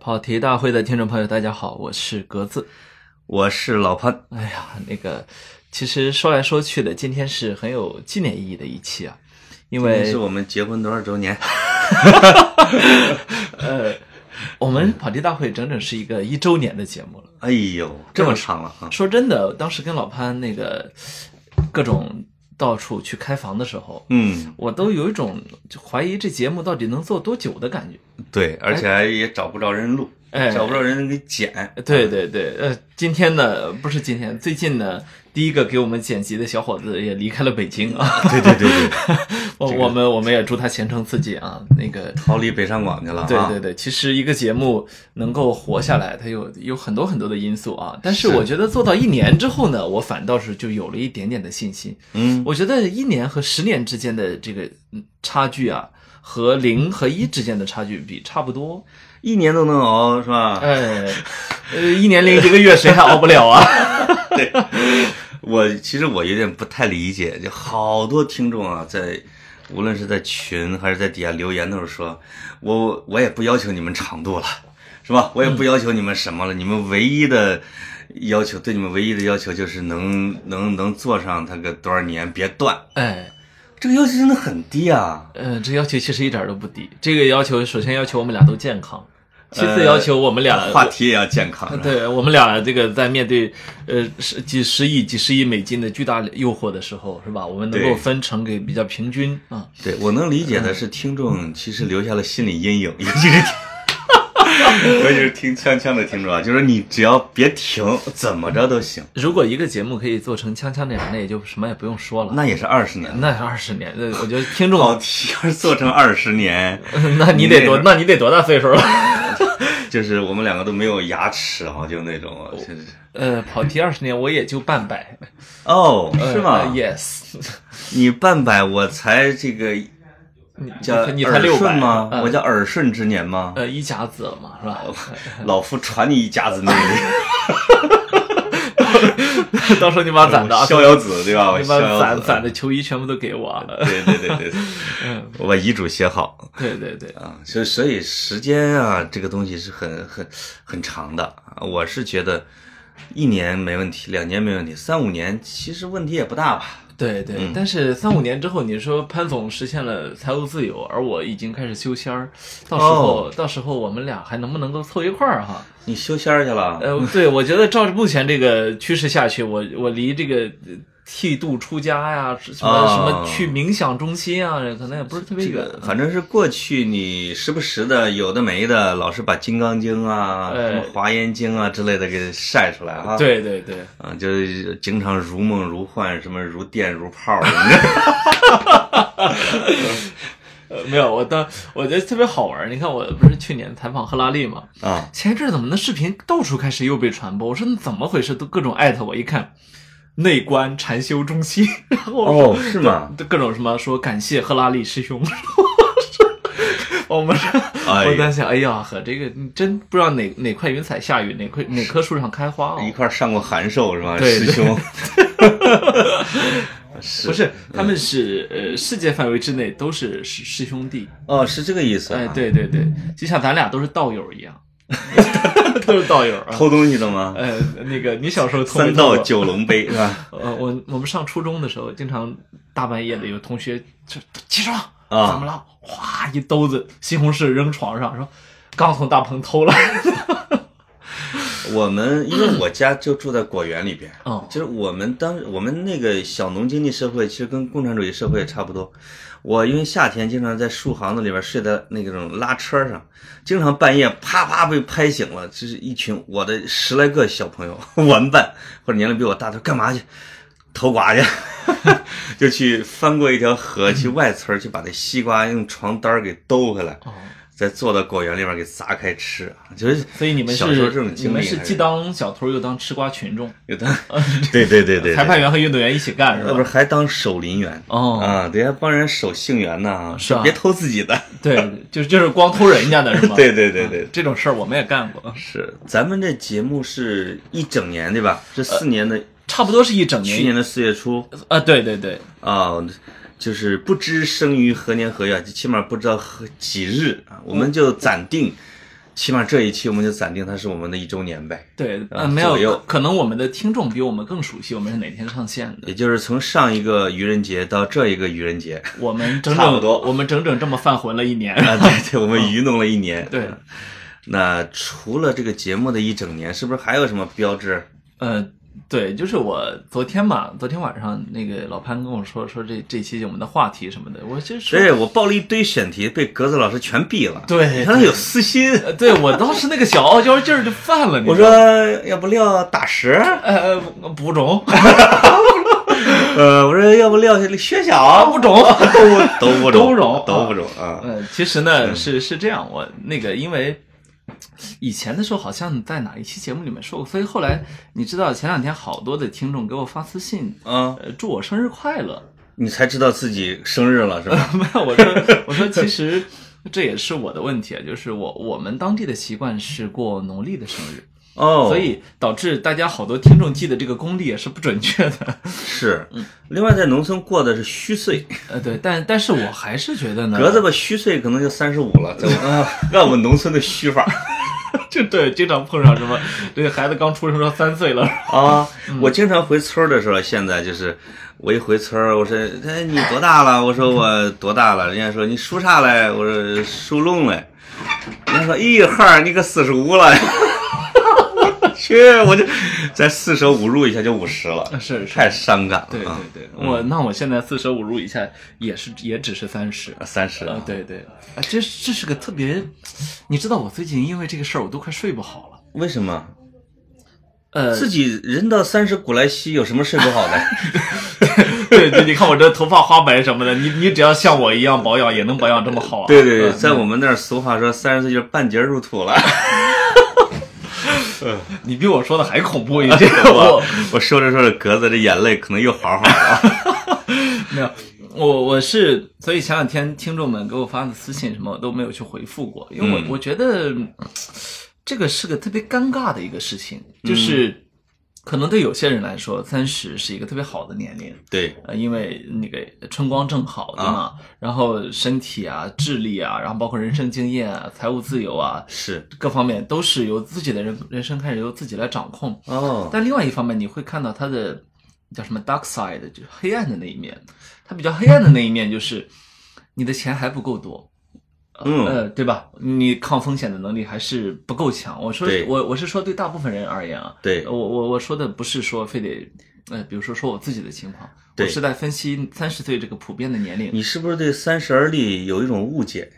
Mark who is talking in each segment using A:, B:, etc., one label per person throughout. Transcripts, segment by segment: A: 跑题大会的听众朋友，大家好，我是格子。
B: 我是老潘，
A: 哎呀，那个，其实说来说去的，今天是很有纪念意义的一期啊，因
B: 今天
A: 为
B: 是我们结婚多少周年？
A: 呃，我们跑题大会整整是一个一周年的节目了。
B: 哎呦，这么长了啊！
A: 说真的，当时跟老潘那个各种到处去开房的时候，
B: 嗯，
A: 我都有一种就怀疑这节目到底能做多久的感觉。
B: 嗯对，而且还也找不着人录，
A: 哎
B: 找不着人给 剪。
A: 对对对，呃，今天呢，不是今天，最近呢，第一个给我们剪辑的小伙子也离开了北京啊。
B: 对对对对，
A: 我我们我们也祝他前程似锦啊。那个，
B: 逃离北上广去了啊！
A: 对对对，其实一个节目能够活下来，它有有很多很多的因素啊。但是
B: 是
A: 我觉得做到一年之后呢，我反倒是就有了一点点的信心。
B: 嗯，
A: 我觉得一年和十年之间的这个嗯差距啊，和零和一之间的差距比差不多。
B: 一年都能熬是吧？
A: 哎， 呃，一年零一个月谁还熬不了 啊？
B: 我其实我有点不太理解，就好多听众啊，在无论是在群还是在底下留言，都是说我我也不要求你们长度了，是吧？我也不要求你们什么了，你们唯一的要求，对你们唯一的要求就是能能能做上它个多少年，别断。
A: 哎，
B: 这个要求真的很低啊！
A: 呃，这要求其实一点儿都不低。这个要求首先要求我们俩都健康，其次要求我们俩、
B: 话题也要健康。是 吧，
A: 对我们俩这个在面对呃十几十亿、几十亿美金的巨大诱惑的时候，是吧？我们能够
B: 对
A: 分成给比较平均啊。
B: 对我能理解的是，听众其实留下了心理阴影，尤其是听， 尤其是听锵锵的听众啊，就是你只要别停，怎么着都行，
A: 如果一个节目可以做成锵锵那样，那也就什么也不用说了。
B: 那也是二十年。
A: 那是二十年，那我觉得听众，
B: 跑题要是做成二十年，
A: 那你得多，那你得多大岁数了？
B: 就是我们两个都没有牙齿啊，就那种，就是
A: 呃，跑题二十年，我也就半百，
B: 哦，
A: 呃
B: 是吗？
A: ？Yes，
B: 你半百，我才这个叫
A: 你才
B: 耳
A: 六百
B: 顺吗？
A: 嗯
B: 我叫耳顺之年吗？
A: 呃，一甲子了嘛，是 吧？
B: 老夫传你一家子内 力。
A: 到时候你把攒的啊，
B: 逍遥子对吧？我
A: 你
B: 逍
A: 把
B: 遥
A: 攒
B: 子
A: 攒的球衣全部都给我啊了。
B: 对对对对，
A: 嗯
B: 我把遗嘱写好
A: 对对对，
B: 啊。所以所以时间啊，这个东西是很很很长的啊。我是觉得一年没问题，两年没问题，三五年其实问题也不大吧。
A: 对对，
B: 嗯
A: 但是三五年之后，你说潘总实现了财务自由，而我已经开始修仙儿，到时候、
B: 哦
A: 到时候我们俩还能不能够凑一块儿哈？
B: 你修仙儿去了？
A: 呃，对，我觉得照着目前这个趋势下去，我我离这个呃剃度出家呀，什么、
B: 哦
A: 什么去冥想中心啊，可能也不是特别
B: 这
A: 远。
B: 个反正是过去你时不时的有的没的，老是把《金刚经》啊、
A: 哎
B: 什么《华严经》啊之类的给晒出来啊。
A: 对对对，
B: 啊，就是经常如梦如幻，什么如电如 泡什么的。
A: 呃，没有，我当我觉得特别好玩儿。你看，我不是去年采访赫拉利嘛，
B: 啊，
A: 前一阵儿怎么那视频到处开始又被传播？我说那怎么回事？都各种艾特我，一看内观禅修中心， 然后我说
B: 哦，是吗？
A: 就各种什么说感谢赫拉利师兄。 我们说，
B: 哎呀
A: 我在想，哎呀呵，这个你真不知道哪哪块云彩下雨，哪块哪棵树上开花
B: 一
A: 哦。
B: 块儿上过函授是吧？
A: 对对
B: 师兄，
A: 不是，他
B: 嗯
A: 们是呃，世界范围之内都是师师兄弟。
B: 哦，是这个意思、啊。
A: 哎，，对对对，就像咱俩都是道友一 样，都是道友啊。
B: 偷东西的吗？
A: 呃，那个你小时候偷没
B: 三
A: 偷
B: 道
A: 过
B: 九龙杯是吧？
A: 呃，我我们上初中的时候，经常大半夜的有同学就起床，
B: 啊
A: 怎么了？哗，一兜子西红柿扔床上，说刚从大棚偷来。
B: 哦我们因为我家就住在果园里边，
A: 哦
B: 就是我们当我们那个小农经济社会，其实跟共产主义社会也差不多。我因为夏天经常在树行子里边睡在那种拉车上，经常半夜啪啪被拍醒了，就是一群我的十来个小朋友 玩伴或者年龄比我大的干嘛去偷瓜去， 就去翻过一条河去外村儿去把那西瓜用床单儿给兜回来，
A: 哦，
B: 再坐到果园里边给砸开吃，啊就是
A: 所以你们
B: 小时候
A: 是
B: 这种
A: 你
B: 经历
A: 们
B: 还
A: 是
B: 是
A: 既当小偷又当吃瓜群众，
B: 有的， 对对对对，呃
A: 裁判员和运动员一起干是
B: 要
A: 吧？
B: 不是还当守林员
A: 哦
B: 啊，对，还帮人守杏园呢，
A: 是啊嗯
B: 别偷自己的。
A: 对，就就是光偷人家的是吗？
B: 对对对对，
A: 这种事儿我们也干过，
B: 是咱们这节目是一整年对吧？这四年的，
A: 差不多是一整年。
B: 去年的四月初
A: 啊，对对对，
B: 啊，就是不啊知生于何年何月，就起码不知道何几日啊，我们就暂定起码这一期我们就暂定它是我们的一周年呗。
A: 对，
B: 啊
A: 呃，没
B: 左右
A: 有，可能我们的听众比我们更熟悉我们是哪天上线的。
B: 也就是从上一个愚人节到这一个愚人节
A: 我们整
B: 差不
A: 整
B: 多
A: 我们整整这么犯浑了一年。
B: 啊，对对，我们愚弄了一年。
A: 对，
B: 那除了这个节目的一整年，是不是还有什么标志？
A: 呃，对，就是我昨天嘛，昨天晚上那个老潘跟我说说这这期我们的话题什么的，我就说
B: 对，我报了一堆选题，被格子老师全毙了。
A: 对
B: 你看他有私心。
A: 呃对我当时那个小傲娇劲儿就犯了，你
B: 我
A: 知道
B: 说
A: 吗，
B: 要不撂打十，
A: 呃，不中，
B: 呃，我说要不撂薛
A: 啊，
B: 晓，
A: 不中。
B: 都不
A: 都
B: 中，
A: 不中
B: 都不中啊。
A: 呃，其实呢是是这样，我那个因为以前的时候好像在哪一期节目里面说过，所以后来你知道前两天好多的听众给我发私信，
B: 啊，
A: 呃，祝我生日快乐。
B: 你才知道自己生日了是吧？
A: 没有，我说我说其实这也是我的问题，啊就是我我们当地的习惯是过农历的生日，
B: 哦，
A: 所以导致大家好多听众记的这个公历也是不准确的。
B: 是。
A: 嗯
B: 另外，在农村过的是虚岁，
A: 呃，对，但但是我还是觉得呢，
B: 格子吧虚岁可能就三十五了，在我们
A: 嗯
B: 按我们农村的虚法
A: 就对，经常碰上什么，这个孩子刚出生说三岁 了，
B: 啊。
A: 嗯
B: 我经常回村儿的时候，现在就是我一回村儿，我说：“哎，你多大了？”我说：“我多大了？”人家说：“你属啥嘞？”我说：“属龙嘞。”人家说：“咦，孩儿，你可四十五了。” 我去，我就再四舍五入一下就五十了。
A: 是是。
B: 太嗯伤感了。啊
A: 对对对，我那我现在四舍五入以下也是也只是三十，
B: 三十
A: 呃，对对，啊，这这是个特别，你知道我最近因为这个事儿我都快睡不好了，
B: 为什么？
A: 呃，
B: 自己人到三十古来稀，有什么睡不好的？
A: 对对，你看我这头发花白什么的，你你只要像我一样保养，也能保养这么好啊。
B: 对对对，
A: 嗯
B: 在我们那儿俗话说，三十岁就是半截入 土了。
A: 你比我说的还恐怖 一些。我
B: 我说着说着，格子这眼泪可能又好好了。
A: 没有，我我是，所以前两天听众们给我发的私信什么，我都没有去回复过，因为我、
B: 嗯
A: 我觉得嗯这个是个特别尴尬的一个事情，就是、可能对有些人来说，三十是一个特别好的年龄。
B: 对，
A: 呃，因为那个春光正好，对吗？然后身体啊、智力啊，然后包括人生经验啊、财务自由啊，
B: 是
A: 各方面都是由自己的人人生开始由自己来掌控。
B: 哦，
A: 但另外一方面，你会看到他的叫什么 dark side，就是黑暗的那一面。他比较黑暗的那一面就是你的钱还不够多，
B: 嗯，
A: 呃，对吧？你抗风险的能力还是不够强。我说
B: 对
A: 我我是说对大部分人而言啊，
B: 对
A: 我我我说的不是说非得呃，比如说说我自己的情况，我
B: 对
A: 是在分析三十岁这个普遍的年龄。
B: 你是不是对三十而立有一种误解？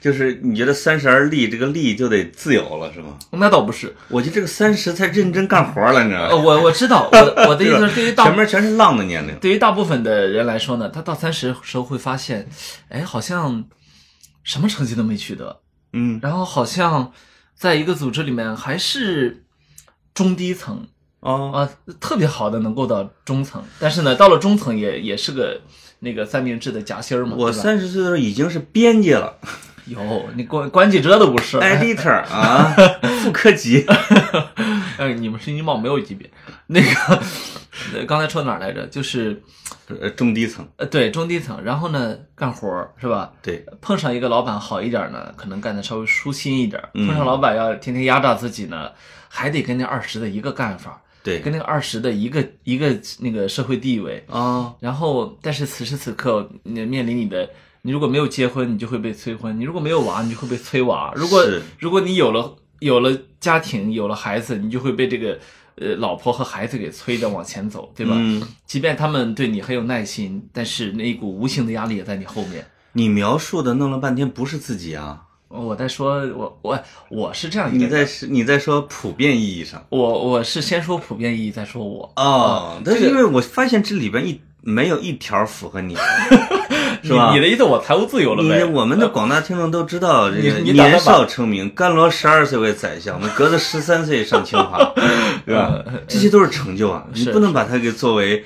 B: 就是你觉得三十而立，这个立就得自由了，是吗？
A: 那倒不是，
B: 我觉得这个三十才认真干活了，你知道
A: 呃，
B: 吗？
A: 我我知道，我我的意思是对于大部
B: 前面哎 全是浪的年龄。
A: 对于大部分的人来说呢，他到三十时候会发现，哎，好像什么成绩都没取得，
B: 嗯，
A: 然后好像在一个组织里面还是中低层
B: 哦，
A: 啊、特别好的能够到中层，但是呢，到了中层也也是个那个三明治的夹心儿嘛，
B: 我
A: 对吧
B: 三十岁的时候已经是编辑 了。
A: 有你关关记者都不是， 哎，
B: editor 啊，副科级。
A: 呃你们是音贸没有级别，那个 呃刚才说哪儿来着？就是
B: 呃，中低层，
A: 呃，对中低层，然后呢干活儿是吧？
B: 对，
A: 碰上一个老板好一点呢，可能干得稍微舒心一点；
B: 嗯
A: 碰上老板要天天压榨自己呢，还得跟那二十的一个干法，
B: 对
A: 跟那个二十的一个一个那个社会地位。
B: 啊，
A: 然后，但是此时此刻，你面临你的，你如果没有结婚，你就会被催婚；你如果没有娃，你就会被催娃；如果
B: 是
A: 如果你有了有了家庭，有了孩子，你就会被这个呃老婆和孩子给催着往前走，对吧？
B: 嗯，
A: 即便他们对你很有耐心，但是那一股无形的压力也在你后面。
B: 你描述的弄了半天不是自己啊，
A: 我在说，我我我是这样一个
B: 你
A: 人，
B: 在是你在说普遍意义上
A: 我我是先说普遍意义，再说我。
B: 哦，但
A: 这
B: 是
A: 个
B: 因为我发现这里边一没有一条符合你，是吧
A: 你你的意思我财务自由了
B: 你
A: 呗？
B: 我们的广大听众都知道，这个
A: 你你打
B: 年
A: 算把
B: 少成名，甘罗十二岁为宰相，我们格子十三岁上清 华，对吧？这些都是成就啊，你
A: 是
B: 不能把它给作为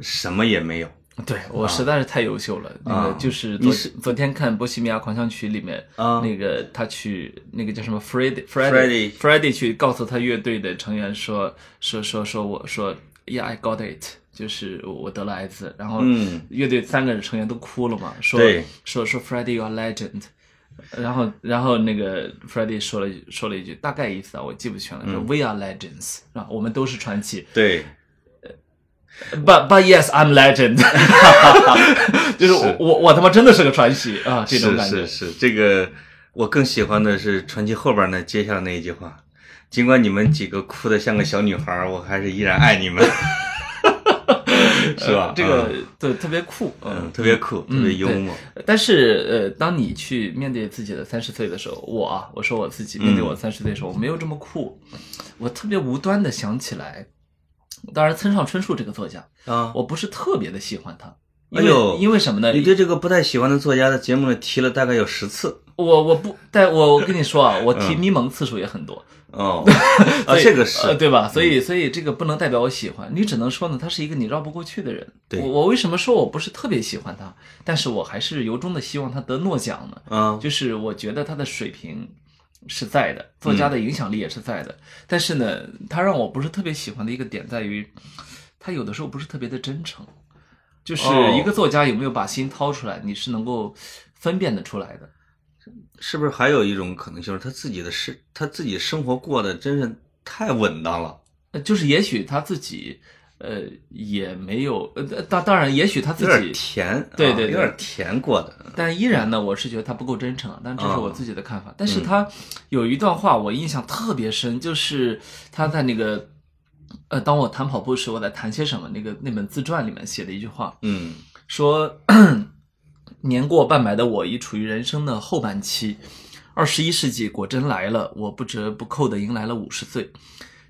B: 什么也没有。
A: 对我实在是太优秀了。那个就是
B: 啊你
A: 昨
B: 是
A: 昨天看《波西米亚狂想曲》里面，
B: 啊
A: 那个他去那个叫什么
B: Freddy
A: Freddy Freddy 去告诉他乐队的成员说说说说我说 Yeah I got it，就是我得了癌症。然后
B: 嗯
A: 乐队三个成员都哭了嘛，说
B: 对
A: 说说 Freddy you're a legend。然后，然后那个 Freddie 说了一句说了一句，大概意思啊，我记不全了，说
B: 嗯
A: We are legends，是吧？我们都是传奇。
B: 对，
A: But but yes, I'm legend，就是我
B: 是
A: 我我他妈真的是个传奇啊，这种
B: 是
A: 感觉。
B: 是是，这个我更喜欢的是传奇后边那接下来那一句话。尽管你们几个哭得像个小女孩儿，我还是依然爱你们， 是吧
A: 呃？这个对特别酷，
B: 嗯，
A: 嗯
B: 嗯，特别酷，特别
A: 嗯
B: 幽
A: 对
B: 默。
A: 但是呃，当你去面对自己的三十岁的时候，我啊，我说我自己面
B: 嗯
A: 对我三十岁的时候，我没有这么酷，我特别无端的想起来，当然村上春树这个作家，
B: 啊，
A: 我不是特别的喜欢他。因
B: 哎
A: 为
B: 呦
A: 因为什么呢？
B: 你对这个不太喜欢的作家在节目里提了大概有十次
A: 我我不，但我我跟你说啊，我提
B: 嗯
A: 迷蒙次数也很多，
B: 哦，啊，
A: 所以
B: 这个
A: 呃
B: 是嗯
A: 对吧？所以所以这个不能代表我喜欢，你只能说呢，他是一个你绕不过去的人。
B: 对
A: 我我为什么说我不是特别喜欢他，但是我还是由衷的希望他得诺奖呢？
B: 啊，
A: 呃就是我觉得他的水平是在的，作家
B: 嗯
A: 的影响力也是在的。但是呢，他让我不是特别喜欢的一个点在于，他有的时候不是特别的真诚。就是
B: 哦
A: 一个作家有没有把心掏出来，你是能够分辨得出来的。
B: 是不是还有一种可能性，就是他自己的生他自己生活过得真是太稳当了，
A: 呃就是也许他自己，呃，也没有，呃，当当然，也许他自
B: 有点
A: 己，
B: 甜，啊
A: 对对对
B: 有点甜过的，
A: 但依然呢，我是觉得他不够真诚啊，但这是
B: 哦
A: 我自己的看法。但是他有一段话我印象特别深，就是他在那个，呃，当我谈跑步时，我在谈些什么那个那本自传里面写的一句话，
B: 嗯
A: 说年过半百的我已处于人生的后半期，二十一世纪果真来了，我不折不扣的迎来了五十岁。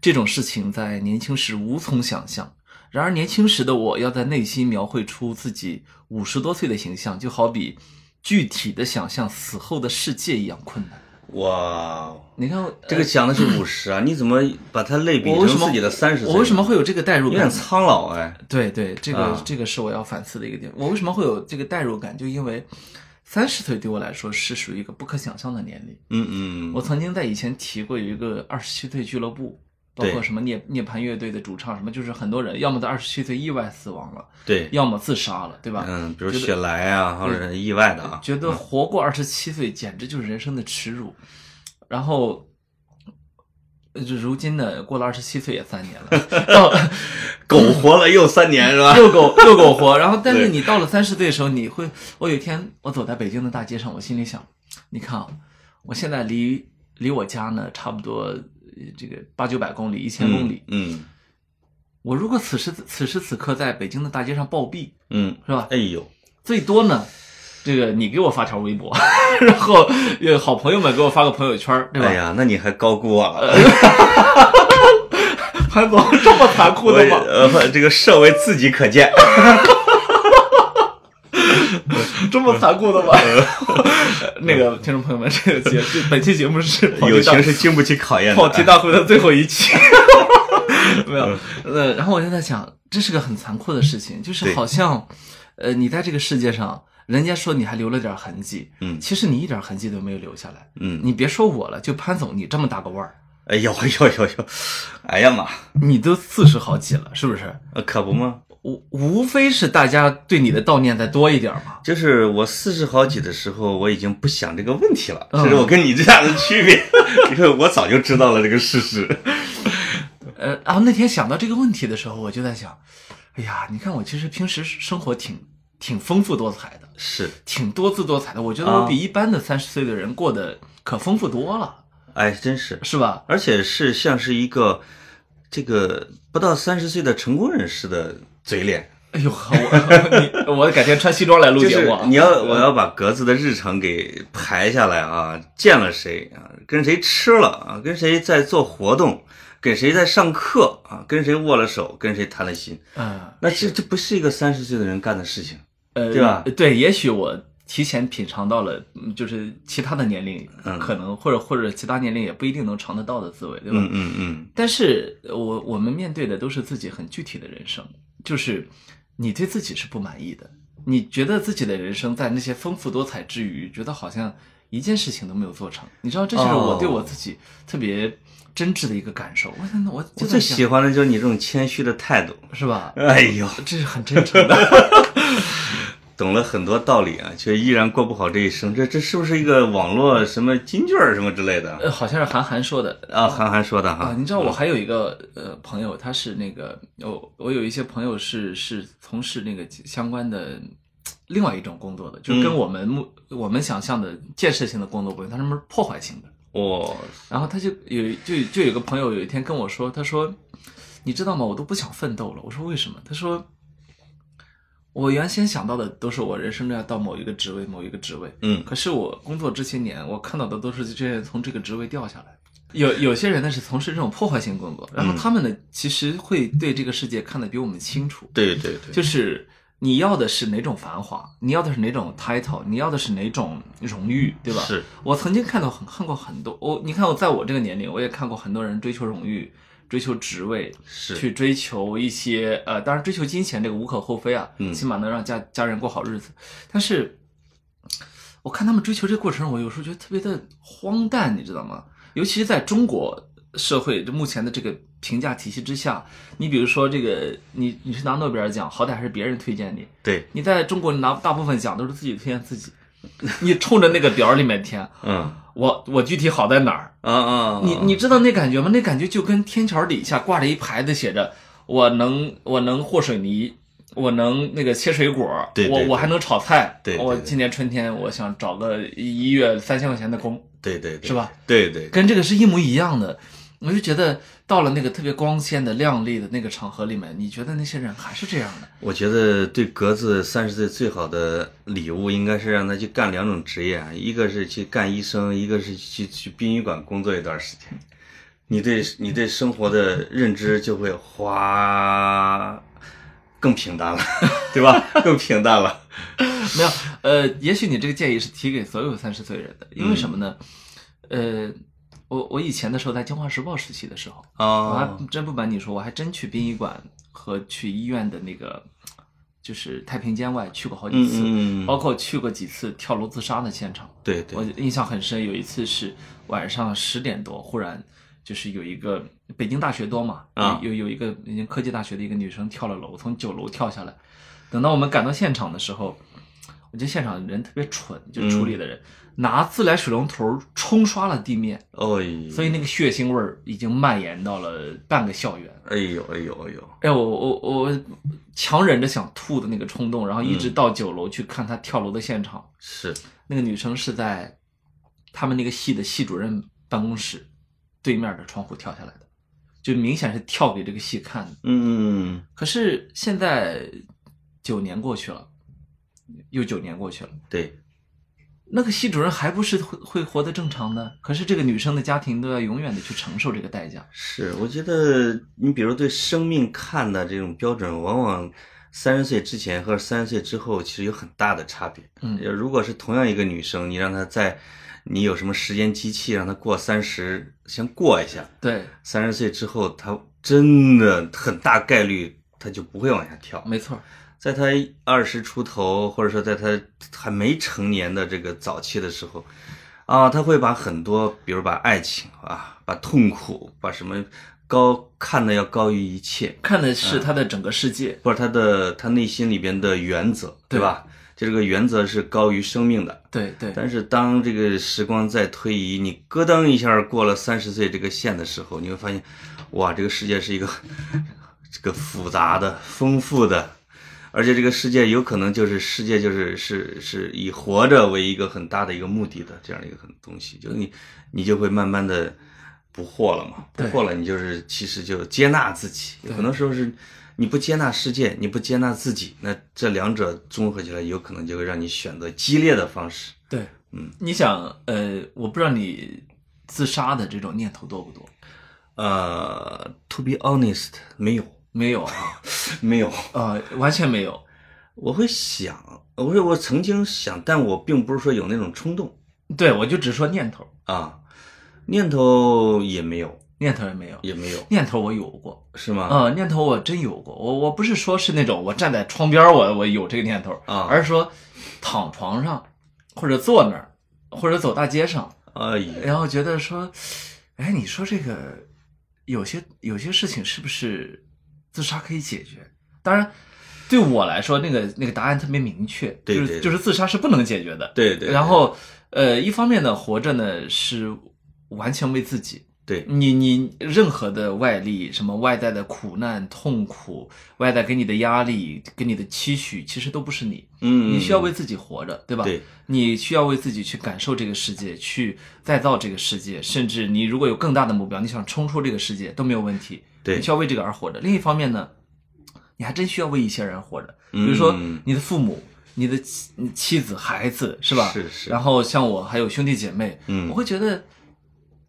A: 这种事情在年轻时无从想象。然而年轻时的我要在内心描绘出自己五十多岁的形象，就好比具体的想象死后的世界一样困难。
B: 哇，
A: 你看我
B: 这个讲 的是五十啊，你怎么把它类比
A: 我为什
B: 成
A: 么
B: 自己的三十岁？
A: 我为什么会有这个代入
B: 有
A: 感？
B: 点苍老哎？
A: 对对，这个、
B: 啊
A: 这个是我要反思的一个点。我为什么会有这个代入感？就因为三十岁对我来说是属于一个不可想象的年龄。
B: 嗯
A: 我
B: 嗯，
A: 曾经在以前提过有一个二十七岁俱乐部，包
B: 对
A: 括什么涅涅槃乐队的主唱，什么就是很多人要么在二十七岁意外死亡了，
B: 对，
A: 要么自杀了，对吧？
B: 嗯，比如
A: 觉得嗯
B: 雪莱啊，或者是意外的啊，
A: 觉得活过二十七岁简直就是人生的耻辱。然后，呃就如今呢，过了二十七岁也三年了， 到
B: 狗活了又三年是吧？
A: 遛狗 遛狗活。然后，但是
B: 对
A: 你到了三十岁的时候，你会，我有一天我走在北京的大街上，我心里想，你看啊，我现在离离我家呢差不多呃这个八九百公里，一千公里。
B: 嗯
A: 我如果此时此时此刻在北京的大街上暴毙，
B: 嗯，
A: 是吧？
B: 哎呦，
A: 最多呢，这个你给我发条微博， 然后呃好朋友们给我发个朋友圈儿，对吧？呃
B: 哎呀，那你还高估啊我了。
A: 潘总这么残酷
B: 我
A: 的吗？
B: 呃，这个设为自己可见。
A: 这么残酷的吗？ 那个听众朋友们，这个节这本期节目是 跑题
B: 友嗯情
A: 大
B: 是经不起考验的。
A: 跑题大会的最后一 期，没
B: 嗯
A: 有。呃，然后我就在想，这是个很残酷的事情，就是
B: 对
A: 好像，呃，你在这个世界上，人家说你还留了点痕迹，
B: 嗯
A: 其实你一点痕迹都没有留下来。
B: 嗯，
A: 你别说我了，就潘总你这么大个腕儿，
B: 哎呦呦呦呦，哎呀妈，
A: 你都四十好几了，是不是？
B: 呃可不嘛，
A: 无无非是大家对你的悼念再多一点嘛。
B: 就是我四十好几的时候，我已经不想这个问题了，
A: 嗯
B: 这是我跟你这样的区别。 你看，我早就知道了这个事实。
A: 呃，然后那天想到这个问题的时候，我就在想，哎呀，你看我其实平时生活挺挺丰富多彩的，
B: 是，
A: 挺多姿多彩的。我觉得我
B: 啊
A: 比一般的三十岁的人过得可丰富多了，
B: 哎，真是，
A: 是吧？
B: 而且是像是一个这个不到三十岁的成功人士的嘴脸。
A: 哎呦， 我你我改天穿西装来录
B: 就
A: 节
B: 是
A: 目啊。
B: 你要我要把格子的日程给排下来啊，见了谁啊，跟谁吃了啊，跟谁在做活动，跟谁在上课啊，跟谁握了手，跟谁谈了心，
A: 嗯
B: 那这这不是一个三十岁的人干的事情。
A: 呃，
B: 对吧
A: 对，也许我提前品尝到了，嗯就是其他的年龄
B: 嗯
A: 可能或者或者其他年龄也不一定能尝得到的滋味，对吧？
B: 嗯嗯嗯，
A: 但是呃我我们面对的都是自己很具体的人生，就是你对自己是不满意的，你觉得自己的人生在那些丰富多彩之余，觉得好像一件事情都没有做成。你知道，这就是我
B: 哦
A: 对我自己特别真挚的一个感受。我真的我
B: 我
A: 就在
B: 最
A: 想
B: 喜欢的就是你这种谦虚的态度。
A: 是吧？
B: 哎呦，
A: 这是很真诚的。
B: 懂了很多道理啊，却依然过不好这一生。这这是不是一个网络什么金句儿什么之类 的
A: 呃，好像是韩寒说的
B: 啊？韩寒说的哈、
A: 啊，你知道我还有一个呃朋友，他是那个有我有一些朋友是是从事那个相关的另外一种工作的，就是跟
B: 嗯
A: 我们目、我们想象的建设性的工作不一样，他们是破坏性的。
B: 哦，
A: 然后他就有就就有一个朋友有一天跟我说，他说：“你知道吗？我都不想奋斗了。”我说：“为什么？”他说：“我原先想到的都是我人生要到某一个职位，某一个职位。
B: 嗯
A: 可是我工作这些年，我看到的都是这些人从这个职位掉下来。有有些人呢是从事这种破坏性工作，然后他们呢其实会对这个世界看得比我们清楚。
B: 对对对，
A: 就是你要的是哪种繁华，你要的是哪种 title，你要的是哪种荣誉，对吧？
B: 是，
A: 我曾经看到很看过很多，我你看我在我这个年龄，我也看过很多人追求荣誉、追求职位，
B: 是
A: 去追求一些呃，当然追求金钱这个无可厚非啊，
B: 嗯
A: 起码能让家家人过好日子。但是，我看他们追求这个过程，我有时候觉得特别的荒诞，你知道吗？尤其是在中国社会这目前的这个评价体系之下，你比如说这个，你你是拿诺贝尔奖，好歹还是别人推荐你，
B: 对，
A: 你在中国拿大部分奖都是自己推荐自己，你冲着那个表儿里面填，
B: 嗯啊
A: 我我具体好在哪儿？
B: 啊啊，
A: 你
B: 啊
A: 你知道那感觉吗？那感觉就跟天桥底下挂着一牌子，写着“我能我能和水泥，我能那个切水果，
B: 对对
A: 我我还能炒菜。
B: 对对
A: 我
B: 对
A: 今年春天我想找个一月三千块钱的工，
B: 对对对
A: 是吧？
B: 对对
A: 跟这个是一模一样的。我就觉得到了那个特别光鲜的、亮丽的那个场合里面，你觉得那些人还是这样的？
B: 我觉得对格子三十岁最好的礼物，应该是让他去干两种职业啊，一个是去干医生，一个是去去殡仪馆工作一段时间。你对你对生活的认知就会哗更平淡了， 对吧？更平淡了。
A: 没有，呃，也许你这个建议是提给所有三十岁人的，因为什么呢？呃，我我以前的时候在《京华时报》实习的时候，我
B: 啊
A: 还真不瞒你说，我还真去殡仪馆和去医院的那个，就是太平间外去过好几次，
B: 嗯嗯
A: 包括去过几次跳楼自杀的现场。
B: 对
A: 哦我
B: 对，
A: 印象很深，有一次是晚上十点多，忽然就是有一个北京大学多嘛，
B: 啊
A: 有有一个北京科技大学的一个女生跳了楼，从九楼跳下来。等到我们赶到现场的时候，我觉得现场人特别蠢，就是处
B: 嗯
A: 理的人、拿自来水龙头冲刷了地面，
B: 哦，
A: 所以那个血腥味儿已经蔓延到了半个校园。
B: 哎呦哎呦哎呦，
A: 哎，我我我强忍着想吐的那个冲动，然后一直到九楼去看她跳楼的现场。
B: 是
A: 那个女生是在他们那个系的系主任办公室对面的窗户跳下来的，就明显是跳给这个系看的。
B: 嗯
A: 可是现在九年过去了，又九年过去了，
B: 对，
A: 那个系主任还不是会会活得正常的？可是这个女生的家庭都要永远的去承受这个代价。
B: 是，我觉得你比如对生命看的这种标准，往往三十岁之前和三十岁之后其实有很大的差别。
A: 嗯
B: 呃如果是同样一个女生，你让她在，你有什么时间机器让她过三十，先过一下，
A: 对，
B: 三十岁之后，她真的很大概率她就不会往下跳。
A: 没错儿，
B: 在她二十出头，或者说在她还没成年的这个早期的时候，啊，她会把很多，比如把爱情啊，把痛苦，把什么高看的要高于一切，
A: 看的
B: 嗯
A: 是她的整个世界。
B: 或者她的她内心里边的原则，
A: 对
B: 对吧？就这个原则是高于生命的。
A: 对对，
B: 但是当这个时光再推移，你咯噔一下过了三十岁这个线的时候，你会发现，哇，这个世界是一个 这个复杂的、丰富的，而且这个世界有可能就是世界就是是是以活着为一个很大的一个目的的这样的一个很东西，就是你你就会慢慢的不惑了嘛，不
A: 对
B: 惑了，你就是其实就接纳自己，有
A: 对
B: 很多时候是。你不接纳世界，你不接纳自己，那这两者综合起来，有可能就会让你选择激烈的方式。
A: 对，
B: 嗯，
A: 你想，呃，我不知道你自杀的这种念头多不多？
B: 呃，to be honest，没有，
A: 没有啊，
B: 没有。
A: 呃，完全没有。
B: 我会想，我说我曾经想，但我并不是说有那种冲动
A: 对，我就只说念头，
B: 啊，念头也没有，
A: 念头也没有，
B: 也没有，
A: 念头我有过，
B: 是吗？
A: 啊、念头我真有过。我我不是说是那种我站在窗边儿我我有这个念头
B: 啊
A: 而是说躺床上或者坐那儿或者走大街上，
B: 哎呀，
A: 然后觉得说，哎，你说这个有些有些事情是不是自杀可以解决？当然，对我来说，那个那个答案特别明确，
B: 对
A: 就是
B: 对对
A: 就是自杀是不能解决的。
B: 对对，
A: 然后，呃，一方面呢，活着呢是完全为自己，
B: 对
A: 你你任何的外力，什么外在的苦难、痛苦，外在给你的压力、给你的期许，其实都不是你，
B: 嗯，
A: 你需要为自己活着，对吧？
B: 对
A: 你需要为自己去感受这个世界，去再造这个世界，甚至你如果有更大的目标，你想冲出这个世界都没有问题，
B: 对
A: 你需要为这个而活着。另一方面呢，你还真需要为一些人活着，
B: 嗯
A: 比如说你的父母、你的妻你妻子、孩子，是吧？
B: 是是
A: 然后像我还有兄弟姐妹，
B: 嗯
A: 我会觉得，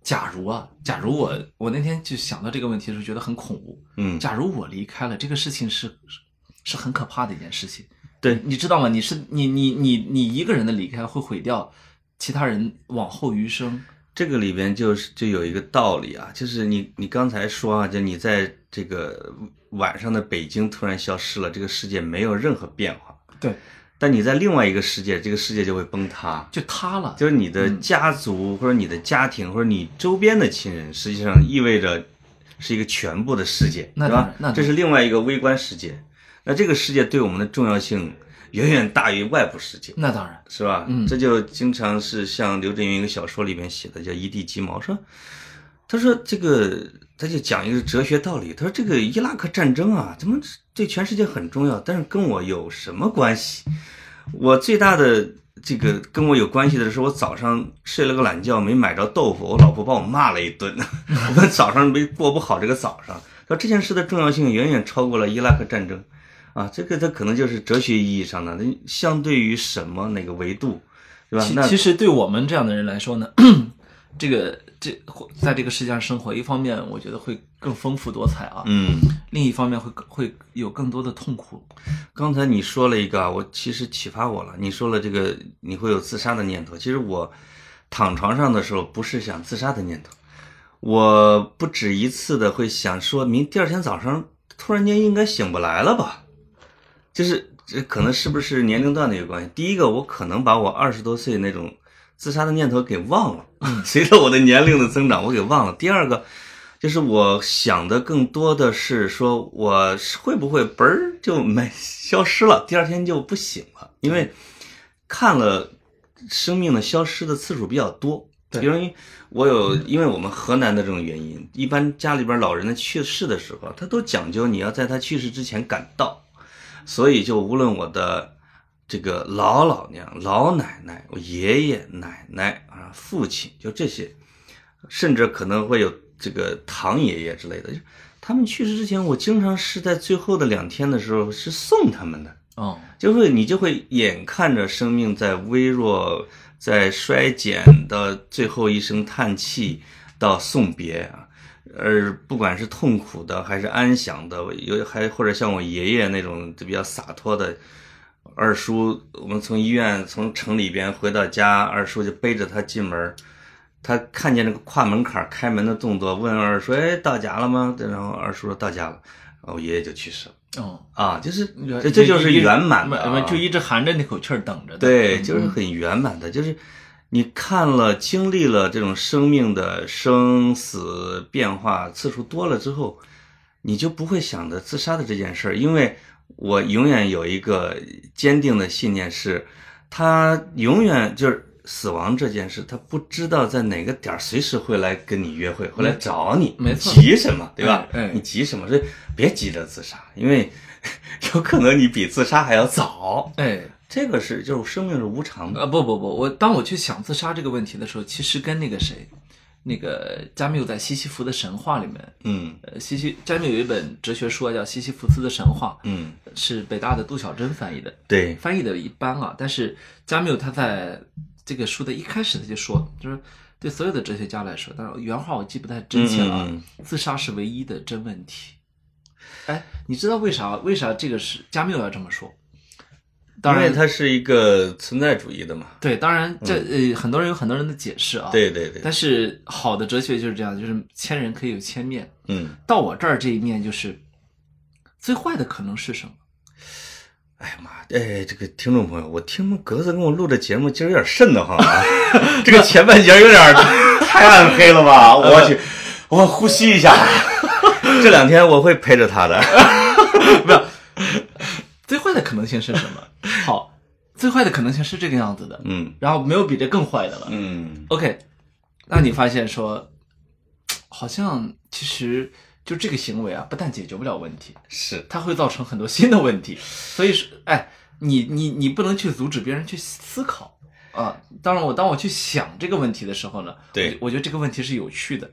A: 假如啊，假如我我那天就想到这个问题的时候，觉得很恐怖。
B: 嗯，
A: 假如我离开了，这个事情是是是很可怕的一件事情。
B: 对
A: 你知道吗？你是你你你你一个人的离开会毁掉其他人往后余生。
B: 这个里边就是就有一个道理啊，就是你你刚才说啊，就你在这个晚上的北京突然消失了，这个世界没有任何变化，
A: 对，
B: 但你在另外一个世界，这个世界就会崩塌。
A: 就塌了。
B: 就是你
A: 嗯
B: 的家族或者你的家庭或者你周边的亲人，实际上意味着是一个全部的世界，
A: 那
B: 对
A: 当然
B: 吧
A: 那当？然
B: 这是另外一个微观世界。那这个世界对我们的重要性远远大于外部世界，
A: 那当然，
B: 是吧？
A: 嗯
B: 这就经常是像刘震云一个小说里面写的，叫《一地鸡毛》，说他说这个他就讲一个哲学道理，他说这个伊拉克战争啊，怎么对全世界很重要，但是跟我有什么关系？我最大的这个跟我有关系的是，我早上睡了个懒觉，没买着豆腐，我老婆把我骂了一顿。 我早上没过不好这个早上。说这件事的重要性远远超过了伊拉克战争，啊，这个它可能就是哲学意义上的，那相对于什么哪个维度，对吧？
A: 其
B: 那
A: 其实对我们这样的人来说呢， 这个这在这个世界上生活，一方面我觉得会更丰富多彩啊，
B: 嗯，
A: 另一方面会会有更多的痛苦。
B: 刚才你说了一个啊，我其实启发我了。你说了这个你会有自杀的念头，其实我躺床上的时候不是想自杀的念头，我不止一次的会想说明第二天早上突然间应该醒不来了吧，就是这可能是不是年龄段的有关系。第一个，我可能把我二十多岁那种自杀的念头给忘了， 随着我的年龄的增长，我给忘了。第二个，就是我想的更多的是说，我是会不会嘣儿就没消失了，第二天就不醒了？因为看了生命的消失的次数比较多。
A: 对
B: 因为我有，因为我们河南的这种原因，一般家里边老人的去世的时候，他都讲究你要在他去世之前赶到，所以就无论我的这个老老娘、老奶奶、我爷爷奶奶啊、父亲，就这些，甚至可能会有这个堂爷爷之类的，就他们去世之前，我经常是在最后的两天的时候是送他们的，
A: 哦，
B: 就会你就会眼看着生命在微弱、在衰减到最后一声叹气到送别啊，而不管是痛苦的还是安详的，有还或者像我爷爷那种就比较洒脱的。二叔，我们从医院从城里边回到家，二叔就背着他进门儿，他看见那个跨门槛儿开门的动作，问二叔：“哎，到家了吗？”然后二叔说：“到家了。”我爷爷就去世了。
A: 哦，
B: 啊，就是这这就是圆满的、啊，
A: 就一直含着那口气儿等着的。
B: 对，
A: 嗯
B: 就是很圆满的，就是你看了经历了这种生命的生死变化次数多了之后，你就不会想着自杀的这件事儿，因为我永远有一个坚定的信念是，他永远就是。死亡这件事，他不知道在哪个点儿随时会来跟你约会，会来找你，
A: 没错
B: 急什么，对吧？
A: 哎哎
B: 你急什么？所以别急着自杀，因为 有可能你比自杀还要早。
A: 哎，
B: 这个是就是生命是无常的，
A: 呃，不不不，我当我去想自杀这个问题的时候，其实跟那个谁，那个加缪在《西西弗的神话》里面，
B: 嗯
A: 呃，西西加缪有一本哲学书啊叫《西西弗斯的神话》，
B: 嗯，
A: 是北大的杜小珍翻译的，
B: 对，
A: 翻译的一般啊，但是加缪他在这个书的一开始他就说，就是对所有的哲学家来说，当然原话我记不太真切了啊，
B: 嗯嗯
A: 自杀是唯一的真问题。哎，你知道为啥为啥这个是加缪要这么说？当
B: 因
A: 然
B: 为，它是一个存在主义的嘛，
A: 对，当然这呃很多人有很多人的解释啊，，
B: 对对对，
A: 但是好的哲学就是这样，就是千人可以有千面，
B: 嗯，
A: 到我这儿这一面就是最坏的可能是什么？
B: 哎呀妈，哎，这个听众朋友，我听着格子跟我录这节目，今儿有点瘆得 慌啊，这个前半截儿有点儿太暗黑了吧，我
A: 嗯
B: 去，我呼吸 一下，这两天我会陪着他的，
A: 不是，最坏的可能性是什么？好，最坏的可能性是这个样子的，
B: 嗯
A: 然后没有比这更坏的了。
B: 嗯
A: OK，那你发现说，好像其实就这个行为啊，不但解决不了问题，
B: 是
A: 它会造成很多新的问 题。所以说，哎，你你你不能去阻止别人去思考啊。当然我，当我去想这个问题的时候呢，
B: 对
A: 我，我觉得这个问题是有趣的。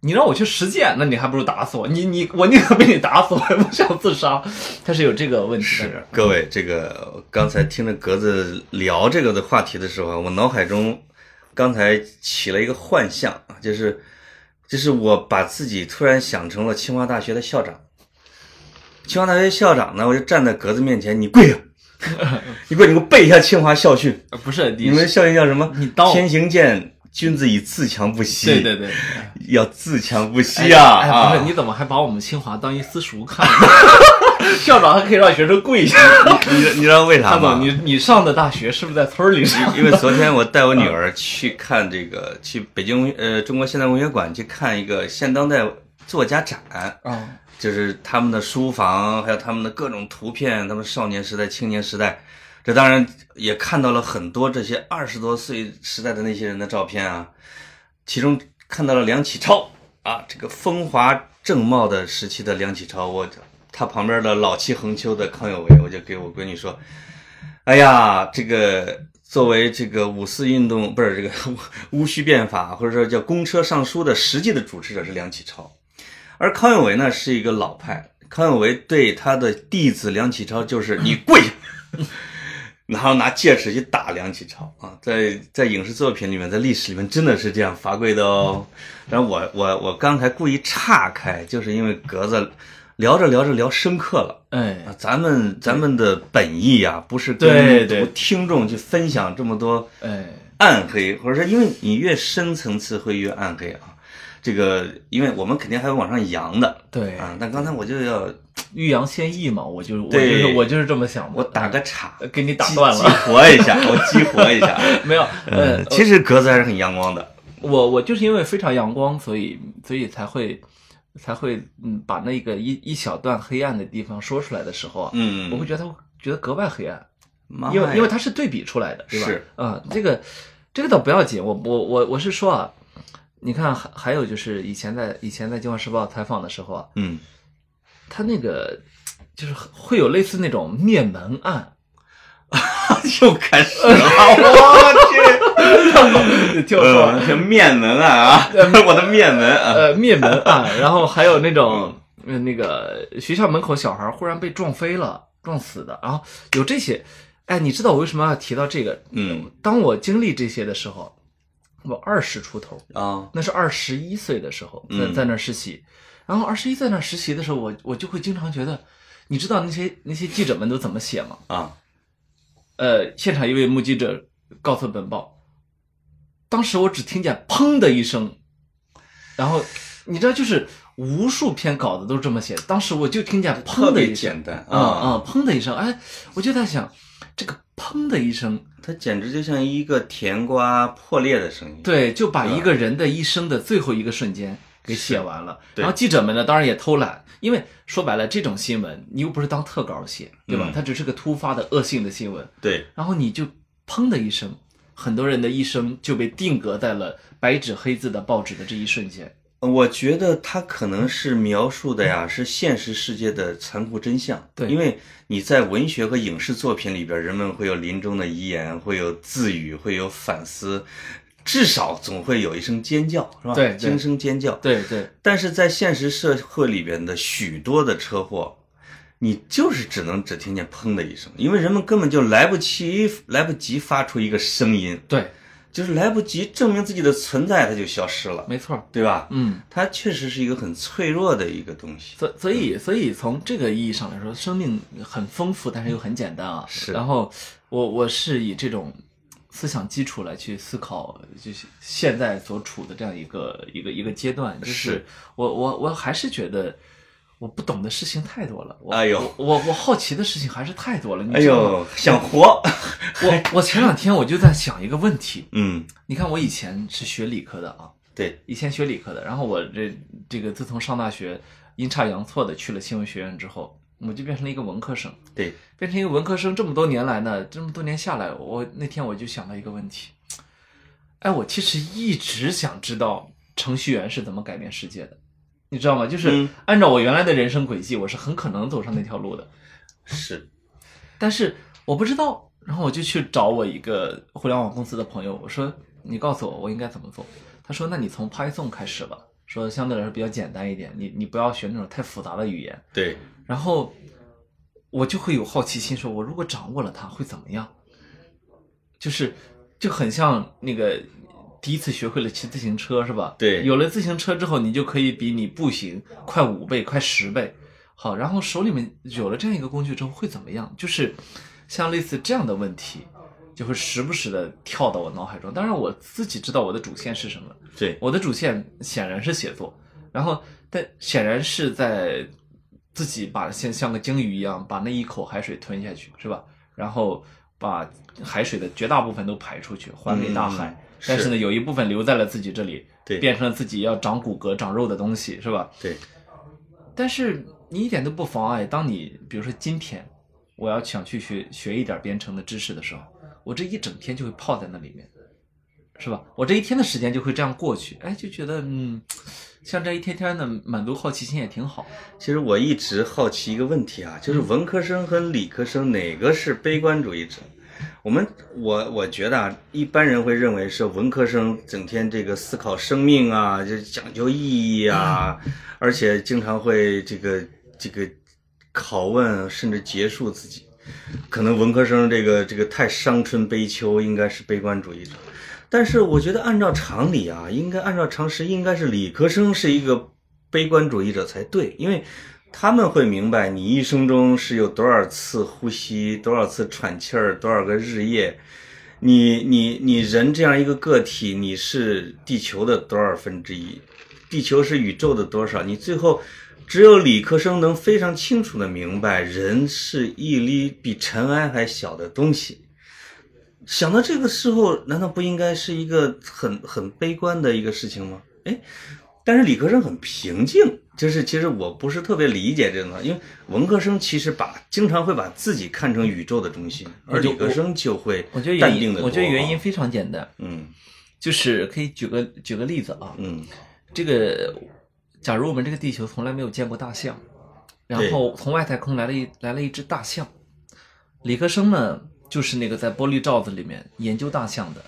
A: 你让我去实践，那你还不如打死我。你你我宁可被你打死，我也不想自杀。它是有这个问题在这儿。
B: 各位，这个刚才听着格子聊这个的话题的时候，我脑海中刚才起了一个幻象啊，就是就是我把自己突然想成了清华大学的校长。清华大学校长呢，我就站在格子面前，你跪下，你跪，你给我背一下清华校训。
A: 呃不是
B: 你们的校训叫什么？
A: 你当我
B: 天行健，君子以自强不息。
A: 对对对，
B: 要自强不息啊！
A: 哎
B: 啊
A: 哎，不是，你怎么还把我们清华当一私塾看呢？ 校长还可以让学生跪下。
B: 你你知道为啥
A: 潘
B: 吗
A: 总，？你你上的大学是不是在村儿里上？
B: 因为昨天我带我女儿去看这个，去北京呃中国现代文学馆去看一个现当代作家展，
A: 啊，
B: 就是他们的书房，还有他们的各种图片，他们少年时代、青年时代，这当然也看到了很多这些二十多岁时代的那些人的照片啊，其中看到了梁启超啊，这个风华正茂的时期的梁启超，我他旁边的老气横秋的康有为，我就给我闺女说，哎呀，这个作为这个五四运动不是这个 戊戊戌变法，或者说叫公车上书的实际的主持者是梁启超。而康有为呢是一个老派，康有为对他的弟子梁启超就是你 跪下，然后拿戒尺去打梁启超啊，在在影视作品里面，在历史里面真的是这样罚跪的哦。
A: 嗯
B: 然后我我我刚才故意岔开，就是因为格子聊着聊着聊深刻了。
A: 哎，
B: 啊，咱们咱们的本意啊，不是
A: 对
B: 跟
A: 对
B: 听众去分享这么多
A: 哎，
B: 暗黑，或者说，因为你越深层次会越暗黑啊。这个，因为我们肯定还有往上扬的
A: 对，
B: 啊。但刚才我就要
A: 欲扬先抑嘛，我就我就
B: 对
A: 是我就是这么想的。
B: 我打个岔，
A: 呃给你打
B: 激
A: 断
B: 激
A: 了，
B: 活一下，我激活一 下。
A: 没有，呃
B: 嗯，，其实格子还是很阳光的。
A: 我我就是因为非常阳光，所以所以才会才会嗯把那个一一小段黑暗的地方说出来的时候啊，
B: 嗯，
A: 我会觉得它觉得格外黑暗，
B: 妈
A: 因
B: 呀
A: 为因为它是对比出来的，对吧？
B: 是
A: 啊、这个这个倒不要紧，我我我我是说啊，你看还还有就是以前在以前在《京华时报》采访的时候啊，
B: 嗯，
A: 他那个就是会有类似那种灭门案，
B: 又开始 了，我
A: 听
B: 去，
A: 我说啊，
B: 嗯这面门啊， 我的面门啊，
A: 呃，灭门案，然后还有那种、呃那个学校门口小孩忽然被撞飞了、撞死的，然后有这些，哎，你知道我为什么要提到这个？
B: 嗯
A: 当我经历这些的时候，我二十出头，
B: 啊，
A: 那是二十一岁的时候，在
B: 嗯
A: 在那儿实习，然后二十一在那儿实习的时候，我我就会经常觉得，你知道那些那些记者们都怎么写吗？
B: 啊，
A: 呃，现场一位目击者告诉本报，当时我只听见“砰”的一声，然后你知道，就是无数篇稿子都这么写，当时我就听见“砰”
B: 特
A: 的
B: 别
A: 一声
B: 简，单
A: 啊
B: 啊。
A: 啊，砰的一声，哎，我就在想，这个“砰”的一声，
B: 它简直就像一个甜瓜破裂的声音。，
A: 对，就把一个人的一生的最后一个瞬间给写完了。
B: 对
A: 然后记者们呢，当然也偷懒，因为说白了，这种新闻你又不是当特稿写，对吧？
B: 嗯
A: 它只是个突发的恶性的新闻，
B: 对，
A: 然后你就砰的一声，很多人的一生就被定格在了白纸黑字的报纸的这一瞬间。
B: 我觉得它可能是描述的呀，是现实世界的残酷真相。
A: 对
B: 因为你在文学和影视作品里边，人们会有临终的遗言，会有自语，会有反思，至少总会有一声尖叫，是吧？
A: 对对
B: 惊声尖叫。
A: 对对
B: 但是在现实社会里边的许多的车祸，你就是只能只听见砰的一声，因为人们根本就来不及来不及发出一个声音，
A: 对，
B: 就是来不及证明自己的存在，它就消失了，
A: 没错儿。
B: 对吧？
A: 嗯，
B: 它确实是一个很脆弱的一个东西。
A: 所所以所以从这个意义上来说，生命很丰富，但是又很简单啊。
B: 是
A: 然后我我是以这种思想基础来去思考，就是现在所处的这样一个一个一个阶段，就是我我我还是觉得。我不懂的事情太多了，我
B: 哎呦
A: 我我我好奇的事情还是太多了。你
B: 哎
A: 知道吗，
B: 呦，想活，
A: 我我前两天我就在想一个问题，
B: 嗯，
A: 你看我以前是学理科的啊，
B: 对，
A: 以前学理科的，然后我这这个自从上大学阴差阳错的去了新闻学院之后，我就变成了一个文科生。
B: 对，
A: 变成一个文科生这么多年来呢，这么多年下来，我那天我就想到一个问题，哎，我其实一直想知道程序员是怎么改变世界的，你知道吗？就是
B: 嗯
A: 按照我原来的人生轨迹，我是很可能走上那条路的，
B: 是，
A: 但是我不知道，然后我就去找我一个互联网公司的朋友，我说你告诉我我应该怎么做。他说那你从 Python 开始吧，说相对来说比较简单一点，你你不要学那种太复杂的语言。
B: 对，
A: 然后我就会有好奇心，说我如果掌握了它会怎么样？就是就很像那个第一次学会了骑自行车是吧？
B: 对
A: 有了自行车之后，你就可以比你步行快五倍、快十倍。好，然后手里面有了这样一个工具之后会怎么样？就是像类似这样的问题，就会时不时的跳到我脑海中。当然，我自己知道我的主线是什么，
B: 对，
A: 我的主线显然是写作，然后但显然是在自己把像像个鲸鱼一样把那一口海水吞下去，是吧？然后把海水的绝大部分都排出去，还给大海。
B: 嗯
A: 但是呢，有一部分留在了自己这里，
B: 对
A: 变成了自己要长骨骼、长肉的东西，是吧？
B: 对，
A: 但是你一点都不妨碍，当你比如说今天我要想去学学一点编程的知识的时候，我这一整天就会泡在那里面，是吧？我这一天的时间就会这样过去，哎，就觉得嗯，像这一天天的满足好奇心也挺好。
B: 其实我一直好奇一个问题啊，就是文科生和理科生哪个是悲观主义者？我们我我觉得啊，一般人会认为是文科生整天这个思考生命啊，就讲究意义啊， 而且经常会这个这个拷问甚至结束自己。可能文科生这个这个太伤春悲秋，应该是悲观主义者。但是我觉得按照常理啊，应该按照常识，应该是理科生是一个悲观主义者才对，因为他们会明白你一生中是有多少次呼吸，多少次喘气儿，多少个日夜。你你你人这样一个个体，你是地球的多少分之一？地球是宇宙的多少？你最后只有理科生能非常清楚的明白，人是一粒比尘埃还小的东西。想到这个时候，难道不应该是一个很很悲观的一个事情吗？哎，但是理科生很平静，就是其实我不是特别理解这种，因为文科生其实把经常会把自己看成宇宙的中心，而
A: 我就
B: 理科生就会
A: 我觉得
B: 淡
A: 原
B: 定啊
A: 因，
B: 的
A: 我觉得原因，非常简单，
B: 嗯
A: 就是可以举个举个例子啊，
B: 嗯，
A: 这个假如我们这个地球从来没有见过大象，然
B: 对
A: 后从外太空来了一来了一只大象，理科生呢就是那个在玻璃罩子里面研究大象的，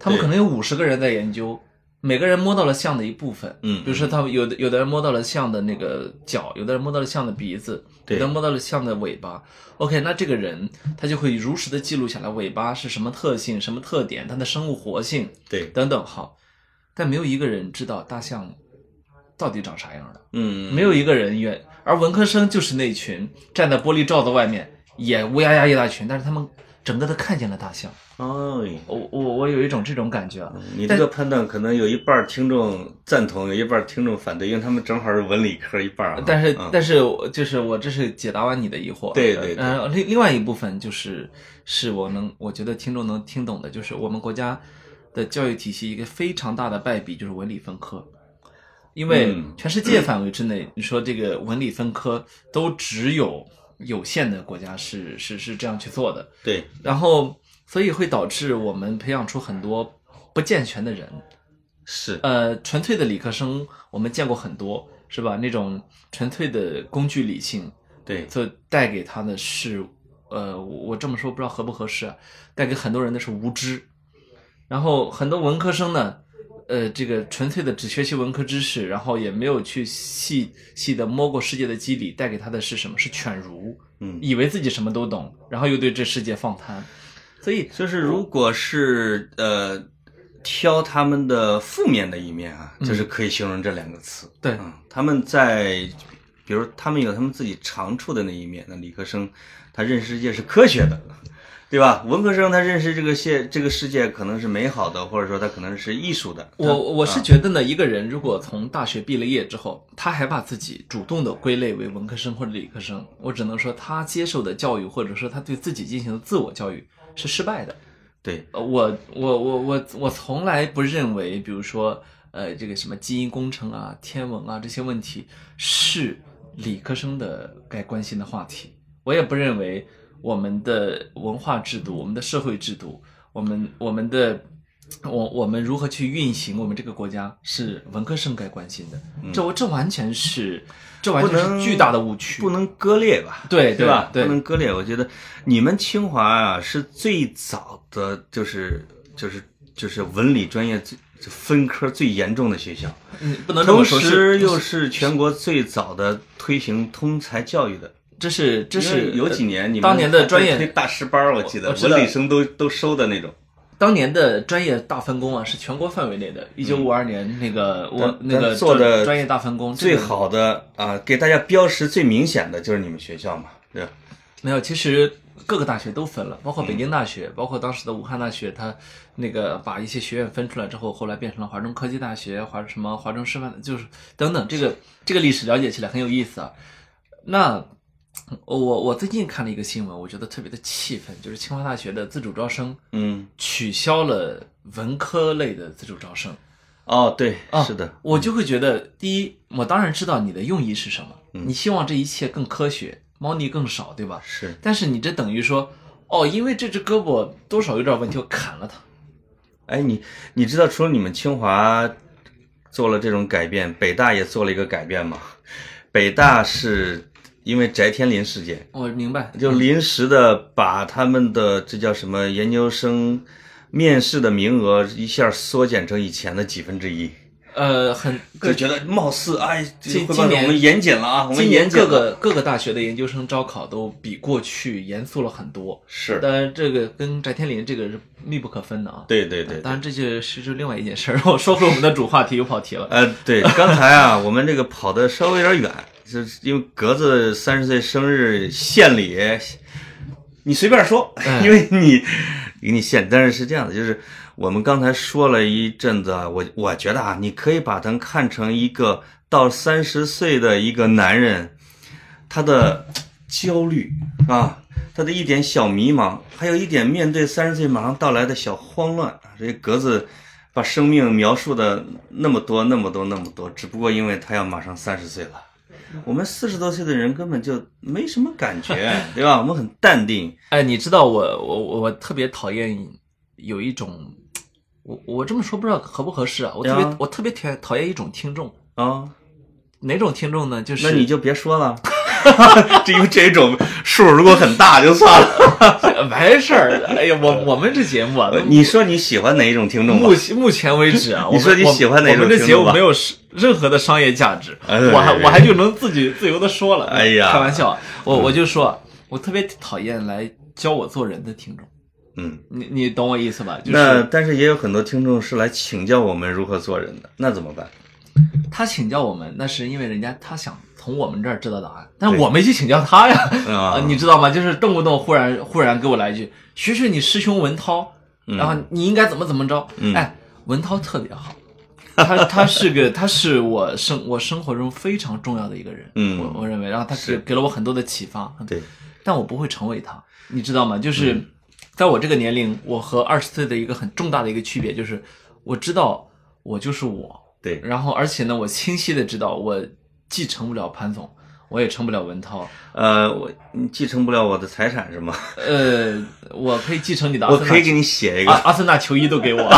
A: 他们
B: 对
A: 可能有五十个人在研究。每个人摸到了象的一部分，
B: 嗯
A: 比如说他们有的有的人摸到了象的那个脚，有的人摸到了象的鼻子，有
B: 对
A: 的人摸到了象的尾巴。OK，那这个人他就会如实的记录下来尾巴是什么特性、什么特点，它的生物活性，
B: 对，
A: 等等，好，但没有一个人知道大象到底长啥样的，
B: 嗯，
A: 没有一个人愿。而文科生就是那群站在玻璃罩子外面，也乌压压一大群，但是他们整个的看见了大象。
B: 哎，
A: 我我我有一种这种感觉啊，
B: 你这个判断可能有一半儿听众赞同，有一半儿听众反对，因为他们正好是文理科一半儿啊。
A: 但是
B: 嗯
A: 但是我就是我这是解答完你的疑惑。
B: 对对对
A: 然后另另外一部分就是是我能我觉得听众能听懂的，就是我们国家的教育体系一个非常大的败笔就是文理分科。因为
B: 嗯
A: 全世界范围之内，你说这个文理分科都只有有限的国家是是是这样去做的，
B: 对
A: 然后所以会导致我们培养出很多不健全的人，
B: 是，
A: 呃，纯粹的理科生我们见过很多，是吧？那种纯粹的工具理性，
B: 对
A: 就带给他的是，呃，我我这么说不知道合不合适啊，带给很多人的是无知。然后很多文科生呢，呃，这个纯粹的只学习文科知识，然后也没有去细细的摸过世界的机理，带给他的是什么？是犬儒，
B: 嗯
A: 以为自己什么都懂，然后又对这世界放贪，所以
B: 就是如果是呃挑他们的负面的一面啊，
A: 嗯
B: 就是可以形容这两个词。
A: 对
B: 嗯，他们在，比如他们有他们自己长处的那一面。那理科生他认识世界是科学的，对吧？文科生他认识这个世这个世界可能是美好的，或者说他可能是艺术的。
A: 我我是觉得呢，一个人如果从大学毕了业之后，他还把自己主动的归类为文科生或者理科生，我只能说他接受的教育或者说他对自己进行的自我教育是失败的。
B: 对
A: 呃，我我我我我从来不认为，比如说呃这个什么基因工程啊、天文啊这些问题是理科生的该关心的话题。我也不认为我们的文化制度、我们的社会制度、我们我们的我我们如何去运行我们这个国家是文科生该关心的。这这完全是这完全
B: 嗯不能
A: 是巨大的误区。
B: 不能割裂吧？
A: 对
B: 对吧？
A: 对
B: 不能割裂。我觉得你们清华啊是最早的，就是就是就是文理专业最就分科最严重的学校，
A: 嗯不能这么
B: 同
A: 说是，
B: 时又
A: 是
B: 是全国最早的推行通才教育的。
A: 这是这
B: 因
A: 是
B: 为有几年你们
A: 当年的专
B: 还推
A: 业
B: 大师班儿，我记得
A: 我知道
B: 文理生都都收的那种。
A: 当年的专业大分工啊，是全国范围内的。一九五二年那个我
B: 咱
A: 那个
B: 咱嗯做
A: 专
B: 的
A: 专业大分工
B: 最
A: 这个
B: 好的啊，给大家标识最明显的就是你们学校嘛，对吧？
A: 没有，其实各个大学都分了，包括北京大
B: 嗯
A: 学，包括当时的武汉大学，它那个把一些学院分出来之后，后来变成了华中科技大学、华什么华中师范，就是等等，这个这个历史了解起来很有意思啊。那我我最近看了一个新闻，我觉得特别的气愤，就是清华大学的自主招生
B: 嗯，
A: 取消了文科类的自主招生。
B: 哦，对，
A: 啊
B: 是的，
A: 我就会觉得，第一，我当然知道你的用意是什么，
B: 嗯
A: 你希望这一切更科学，猫腻更少，对吧？
B: 是
A: 但是你这等于说，哦，因为这只胳膊多少有点问题，我砍了它。
B: 哎，你你知道除了你们清华做了这种改变，北大也做了一个改变吗？北大是因为翟天临事件，
A: 我明白，
B: 就临时的把他们的这叫什么研究生面试的名额一下缩减成以前的几分之一，
A: 呃，很
B: 就
A: 各
B: 觉得貌似哎，
A: 今
B: 会把
A: 今年
B: 我们严谨了啊，我们
A: 今年
B: 严谨
A: 各
B: 了
A: 个各个大学的研究生招考都比过去严肃了很多，
B: 是，
A: 当然这个跟翟天临这个是密不可分的啊。
B: 对对对，对
A: 当然这就是是另外一件事儿。我说回我们的主话题，又跑题了。
B: 呃，对，刚才啊，我们这个跑的稍微有点远，就是因为格子三十岁生日献礼，你随便说， 因为你哎给你献，但是是这样的，就是我们刚才说了一阵子，啊，我我觉得啊，你可以把它看成一个到三十岁的一个男人，他的焦虑啊，他的一点小迷茫，还有一点面对三十岁马上到来的小慌乱。这格子把生命描述的那么多、那么多、那么多，只不过因为他要马上三十岁了。我们四十多岁的人根本就没什么感 觉，对吧？我们很淡定。
A: 哎，你知道我我我我特别讨厌有一种，我我这么说不知道合不合适啊？我特别、
B: 啊
A: 我特别讨厌讨厌一种听众，
B: 啊、
A: 哪种听众呢？就是
B: 那你就别说了， 这因为这种数如果很大就算了。
A: 完事儿。哎呀，我我们这节目啊，都
B: 呃你说你喜欢哪一种听众吧
A: 目？前目前为止啊，我
B: 你
A: 们
B: 说你喜欢哪种
A: 我们这节
B: 听众
A: 目
B: 吧
A: 没有是任何的商业价值，
B: 哎对
A: 我还
B: 对对
A: 我还就能自己自由的说了。
B: 哎呀嗯
A: 开玩笑啊，我我就说啊，我特别讨厌来教我做人的听众，
B: 嗯，
A: 你你懂我意思吧？就
B: 那
A: 是
B: 但是也有很多听众是来请教我们如何做人的，那怎么办？嗯
A: 他请教我们，那是因为人家他想从我们这儿知道答案，但
B: 对
A: 我没去请教他呀，
B: 啊
A: 你知道吗？就是动不动忽然忽然给我来一句，学学你师兄文涛，
B: 嗯
A: 然后你应该怎么怎么着？哎，文涛特别好，他他是个他是我生我生活中非常重要的一个人，
B: 嗯
A: 我我认为，然后他
B: 是
A: 给给了我很多的启发，
B: 对，
A: 但我不会成为他，你知道吗？就是
B: 嗯
A: 在我这个年龄，我和二十岁的一个很重大的一个区别就是，我知道我就是我，
B: 对
A: 然后而且呢，我清晰的知道我既成不了潘总，我也成不了文涛，
B: 呃，我你继承不了我的财产是吗？
A: 呃，我可以继承你的阿
B: 我
A: 森纳
B: 可以给你写一
A: 啊
B: 个，
A: 阿森纳球衣都给我，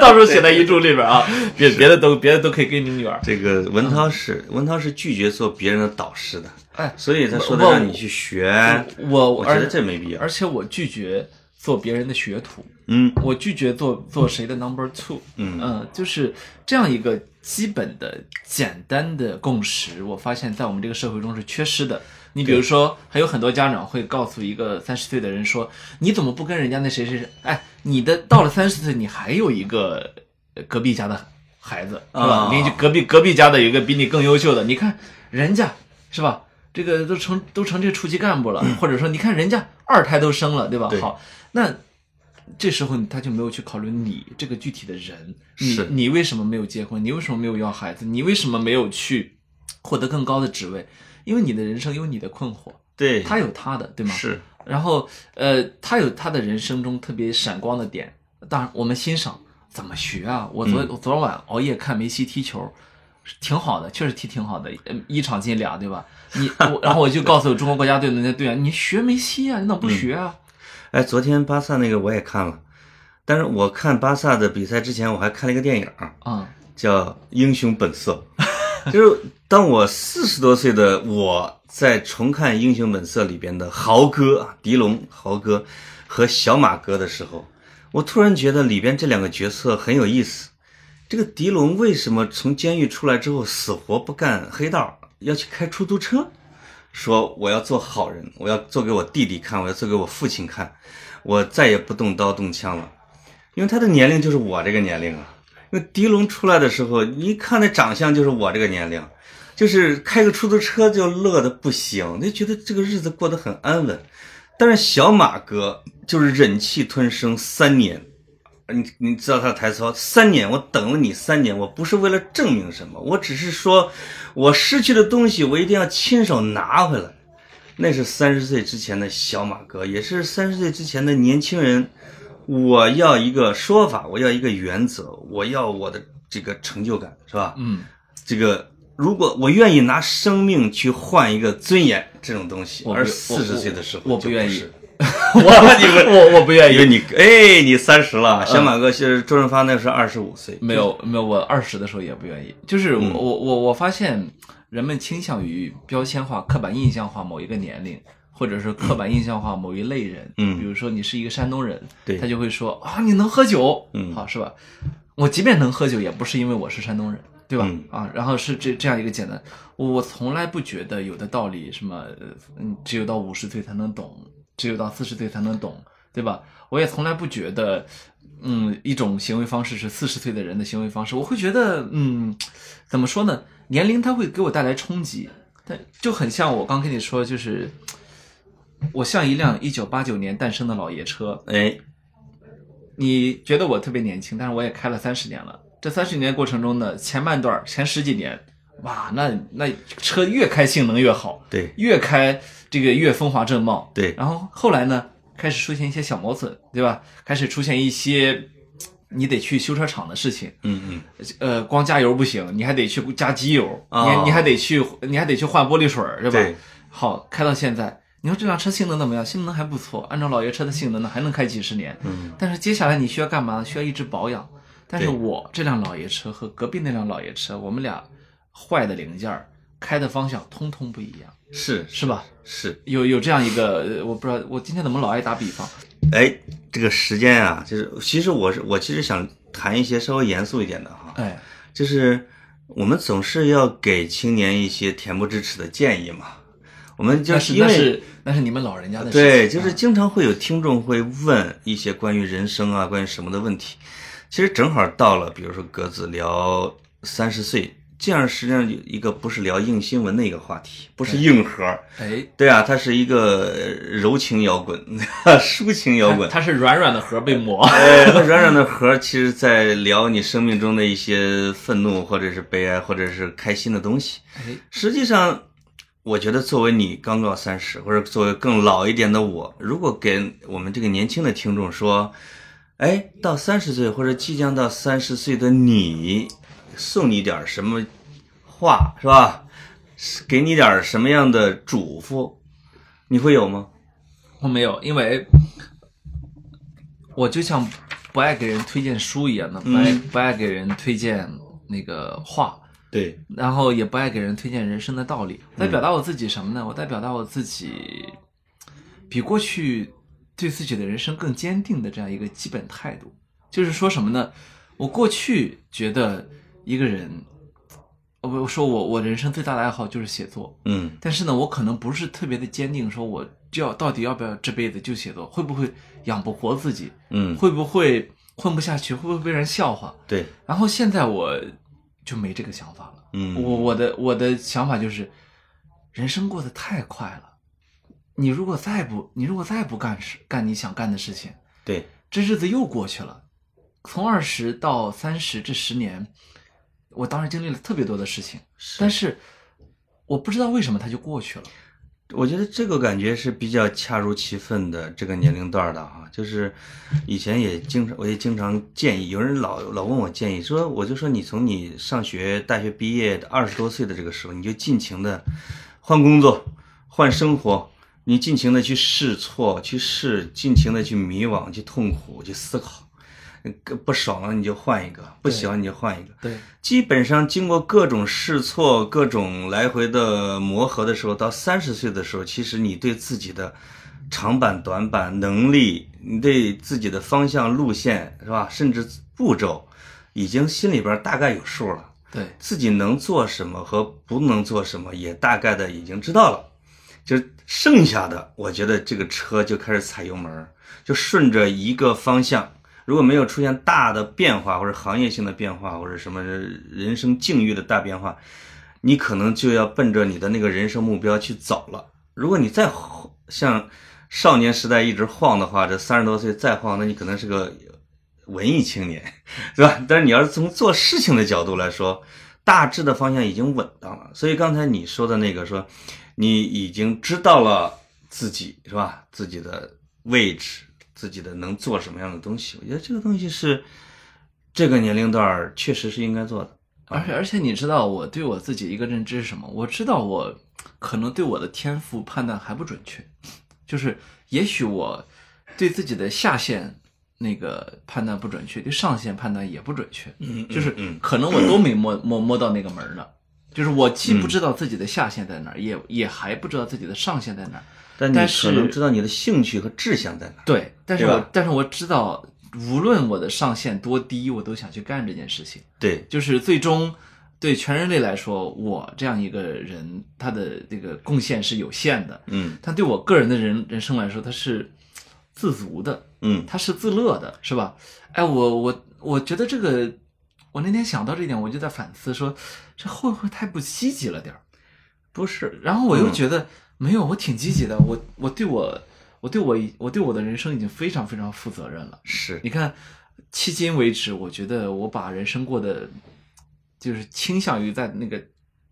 A: 到时候写在遗嘱里边 啊，别别的都别的都可以给你女儿。
B: 这个文涛是文涛是拒绝做别人的导师的，
A: 哎
B: 所以他说的
A: 我
B: 让你去学，
A: 嗯我
B: 我觉
A: 而
B: 得这没必要。
A: 而且我拒绝做别人的学徒，
B: 嗯，
A: 我拒绝做做谁的 number two，
B: 嗯
A: 呃就是这样一个基本的简单的共识，我发现在我们这个社会中是缺失的。你比如说，还有很多家长会告诉一个三十岁的人说：“你怎么不跟人家那谁谁谁？哎，你的到了三十岁，你还有一个呃隔壁家的孩子，是吧？
B: 啊
A: 邻居隔壁隔壁家的有一个比你更优秀的，你看人家是吧？这个都成都成这个处级干部了，或者说你看人家二胎都生了，对吧？
B: 嗯对
A: 好，那这时候他就没有去考虑你这个具体的人，你
B: 是
A: 你为什么没有结婚？你为什么没有要孩子？你为什么没有去获得更高的职位？因为你的人生有你的困惑，
B: 对，
A: 他有他的，对吗？
B: 是
A: 然后呃，他有他的人生中特别闪光的点，
B: 嗯
A: 当然我们欣赏怎么学啊。我昨、我昨晚熬夜看梅西踢球，挺好的，确实踢挺好的，呃一场进俩，对吧？你，我然后我就告诉中国国家队的那些队员，你学梅西啊，你怎么不
B: 嗯
A: 学啊？
B: 哎，昨天巴萨那个我也看了，但是我看巴萨的比赛之前，我还看了一个电影儿
A: 啊、
B: 叫《英雄本色》， 就是当我四十多岁的我在重看《英雄本色》里边的豪哥啊狄龙、豪哥和小马哥的时候，我突然觉得里边这两个角色很有意思。这个狄龙为什么从监狱出来之后死活不干黑道，要去开出租车？说我要做好人，我要做给我弟弟看，我要做给我父亲看，我再也不动刀动枪了，因为他的年龄就是我这个年龄啊。因为狄龙出来的时候，你一看那长相就是我这个年龄，就是开个出租车就乐得不行，就觉得这个日子过得很安稳。但是小马哥就是忍气吞声三年，你你知道他的台词吗？三年，我等了你三年，我不是为了证明什么，我只是说，我失去的东西，我一定要亲手拿回来。那是三十岁之前的小马哥，也是三十岁之前的年轻人。我要一个说法，我要一个原则，我要我的这个成就感，是吧？
A: 嗯，
B: 这个如果我愿意拿生命去换一个尊严这种东西，
A: 我不
B: 而
A: 我
B: 四十岁的时候
A: 我不
B: 就
A: 愿意
B: 是。
A: 我我 我不愿
B: 因
A: 意
B: 为，你哎，你三十了，小马哥是周润发那时候二十五岁，
A: 嗯没有没有，我二十的时候也不愿意。就是我、我我我发现人们倾向于标签化、刻板印象化某一个年龄，或者是刻板印象化某一类人。
B: 嗯
A: 比如说你是一个山东人，
B: 对
A: 他就会说啊，你能喝酒，
B: 嗯
A: 好是吧？我即便能喝酒，也不是因为我是山东人，对吧？
B: 嗯
A: 啊，然后是这这样一个简单，我我从来不觉得有的道理什么，呃嗯，只有到五十岁才能懂，只有到四十岁才能懂，对吧？我也从来不觉得，嗯，一种行为方式是四十岁的人的行为方式，我会觉得，嗯，怎么说呢？年龄它会给我带来冲击，但就很像我刚跟你说，就是我像一辆一九八九年诞生的老爷车，
B: 哎，
A: 你觉得我特别年轻，但是我也开了三十年了。这三十年过程中呢，前半段儿前十几年，哇，那那车越开性能越好，
B: 对
A: 越开这个越风华正茂。
B: 对，
A: 然后后来呢，开始出现一些小磨损，对吧？开始出现一些你得去修车厂的事情，
B: 嗯嗯，
A: 呃，光加油不行，你还得去加机油，
B: 哦
A: 你你还得去你还得去换玻璃水儿，对吧？
B: 对
A: 好，开到现在，你说这辆车性能怎么样？性能还不错，按照老爷车的性能呢，还能开几十年。
B: 嗯，
A: 但是接下来你需要干嘛？需要一直保养。但是
B: 对
A: 我这辆老爷车和隔壁那辆老爷车，我们俩坏的零件儿、开的方向通通不一样，
B: 是
A: 是吧？
B: 是，
A: 有有这样一个，呃我不知道我今天怎么老爱打比方。
B: 哎，这个时间啊，就是其实我是我其实想谈一些稍微严肃一点的哈，
A: 哎，
B: 就是我们总是要给青年一些恬不知耻的建议嘛，我们就
A: 那
B: 是
A: 是
B: 因
A: 那
B: 为
A: 是那是你们老人家的事情。
B: 对，就是
A: 啊
B: 经常会有听众会问一些关于人生啊、关于什么的问题。其实正好到了，比如说格子聊三十岁，这样实际上有一个不是聊硬新闻的一个话题，不是硬核儿。
A: 哎，
B: 对啊，它是一个呃柔情摇滚、 抒情摇滚。
A: 它是软软的核被磨。
B: 哎，它软软的核儿，其实在聊你生命中的一些愤怒，或者是悲哀，或者是开心的东西。
A: 哎，
B: 实际上，我觉得作为你刚刚三十，或者作为更老一点的我，如果给我们这个年轻的听众说，哎，到三十岁或者即将到三十岁的你，送你点儿什么话是吧？是给你点儿什么样的嘱咐，你会有吗？
A: 我没有，因为我就像不爱给人推荐书一样的，不爱、不爱给人推荐那个话，
B: 对，
A: 然后也不爱给人推荐人生的道理。在表达我自己什么呢？我在表达我自己比过去对自己的人生更坚定的这样一个基本态度。就是说什么呢？我过去觉得一个人，我我说我我人生最大的爱好就是写作，
B: 嗯，
A: 但是呢，我可能不是特别的坚定，说我就要到底要不要这辈子就写作，会不会养不活自己，
B: 嗯，
A: 会不会混不下去，会不会被人笑话？
B: 对，
A: 然后现在我就没这个想法了。
B: 嗯，
A: 我我的我的想法就是，人生过得太快了，你如果再不你如果再不干事干你想干的事情，
B: 对，
A: 这日子又过去了。从二十到三十这十年，我当时经历了特别多的事情，但
B: 是
A: 是我不知道为什么它就过去了。
B: 我觉得这个感觉是比较恰如其分的这个年龄段儿的啊，就是以前也经常，我也经常建议，有人老老问我建议，说我就说你从你上学、大学毕业二十多岁的这个时候，你就尽情的换工作、换生活，你尽情的去试错、去试，尽情的去迷惘、去痛苦、去思考，呃不爽了你就换一个，不喜欢你就换一个。
A: 对，
B: 基本上经过各种试错、各种来回的磨合的时候，到三十岁的时候，其实你对自己的长板、短板、能力，你对自己的方向、路线，是吧？甚至步骤，已经心里边大概有数了，
A: 对，
B: 自己能做什么和不能做什么，也大概的已经知道了。就是剩下的，我觉得这个车就开始踩油门儿，就顺着一个方向。如果没有出现大的变化，或者行业性的变化，或者什么人生境遇的大变化，你可能就要奔着你的那个人生目标去走了。如果你再像少年时代一直晃的话，这三十多岁再晃，那你可能是个文艺青年，是吧？但是你要是从做事情的角度来说，大致的方向已经稳当了。所以刚才你说的那个说，你已经知道了自己是吧？自己的位置，自己的能做什么样的东西，我觉得这个东西是这个年龄段儿确实是应该做的。
A: 而且而且你知道我对我自己一个认知是什么？我知道我可能对我的天赋判断还不准确，就是也许我对自己的下限那个判断不准确，对上限判断也不准确，
B: 嗯
A: 就是
B: 嗯
A: 可能我都没摸摸摸到那个门儿呢。就是我既
B: 嗯
A: 不知道自己的下限在哪儿，也也还不知道自己的上限在哪儿。
B: 但你
A: 但
B: 可能
A: 是
B: 知道你的兴趣和志向在哪儿。
A: 对，但是
B: 对吧
A: 我但是我知道，无论我的上限多低，我都想去干这件事情。
B: 对，
A: 就是最终对全人类来说，我这样一个人，他的这个贡献是有限的，
B: 嗯
A: 但对我个人的人人生来说，他是自足的，
B: 嗯
A: 他是自乐的，是吧？哎，我我我觉得这个，我那天想到这一点，我就在反思说，这会不会太不积极了点儿？
B: 不是，
A: 然后我又
B: 嗯
A: 觉得、没有，我挺积极的，我我对我我对我我对我的人生已经非常非常负责任了。
B: 是
A: 你看，迄今为止，我觉得我把人生过得，就是倾向于在那个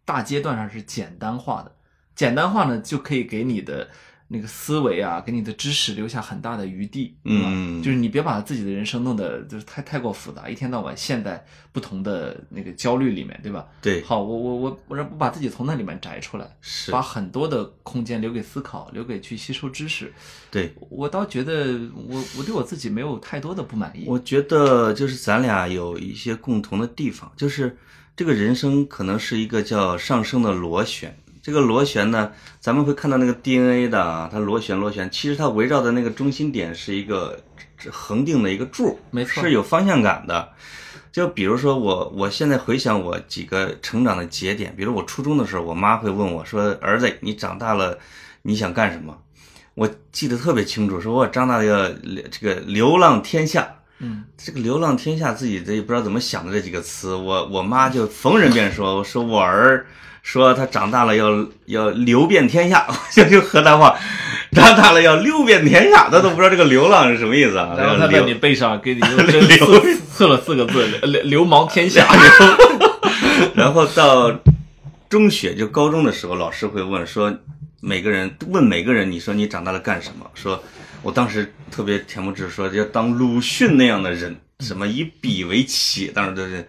A: 大阶段上是简单化的。简单化呢，就可以给你的那个思维啊，给你的知识留下很大的余地，对吧
B: 嗯
A: 就是你别把自己的人生弄得就是太太过复杂，一天到晚陷在不同的那个焦虑里面，对吧？
B: 对，
A: 好，我我我我让我把自己从那里面摘出来，
B: 是
A: 把很多的空间留给思考，留给去吸收知识。
B: 对。
A: 我倒觉得我我对我自己没有太多的不满意。
B: 我觉得就是咱俩有一些共同的地方，就是这个人生可能是一个叫上升的螺旋。这个螺旋呢，咱们会看到那个 DNA 的啊，它螺旋螺旋，其实它围绕的那个中心点是一个恒定的一个柱，
A: 没错
B: 是有方向感的。就比如说我，我现在回想我几个成长的节点，比如我初中的时候，我妈会问我说：“儿子，你长大了，你想干什么？”我记得特别清楚，说我长大了要这个流浪天下，
A: 嗯，
B: 这个“流浪天下”自己这也不知道怎么想的这几个词，我我妈就逢人便说，说我儿说他长大了要要流遍天下， 就就河南话，长大了要溜遍天下，他都不知道这个“流浪”是什么意思啊？
A: 然后
B: 要
A: 他在
B: 流
A: 你背上给你 用针刺刺了四个字“流流氓天下
B: 然后到中学就高中的时候，老师会问说，每个人问每个人，你说你长大了干什么？说我当时特别恬不知耻，说要当鲁迅那样的人，什么以笔为起，当时就是。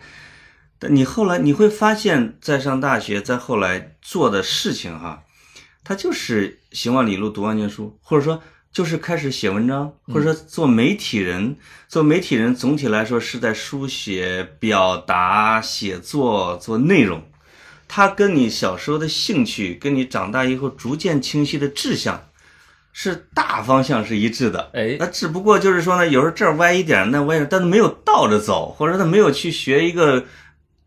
B: 但你后来你会发现，在上大学，再后来做的事情哈、他就是行万里路，读万卷书，或者说就是开始写文章，或者说做媒体人。做媒体人总体来说是在书写、表达、写作、做内容。它跟你小时候的兴趣，跟你长大以后逐渐清晰的志向，是大方向是一致的”。。
A: 哎
B: 那，只不过就是说呢，有时候这儿歪一点，那歪一点，但他没有倒着走，或者说他没有去学一个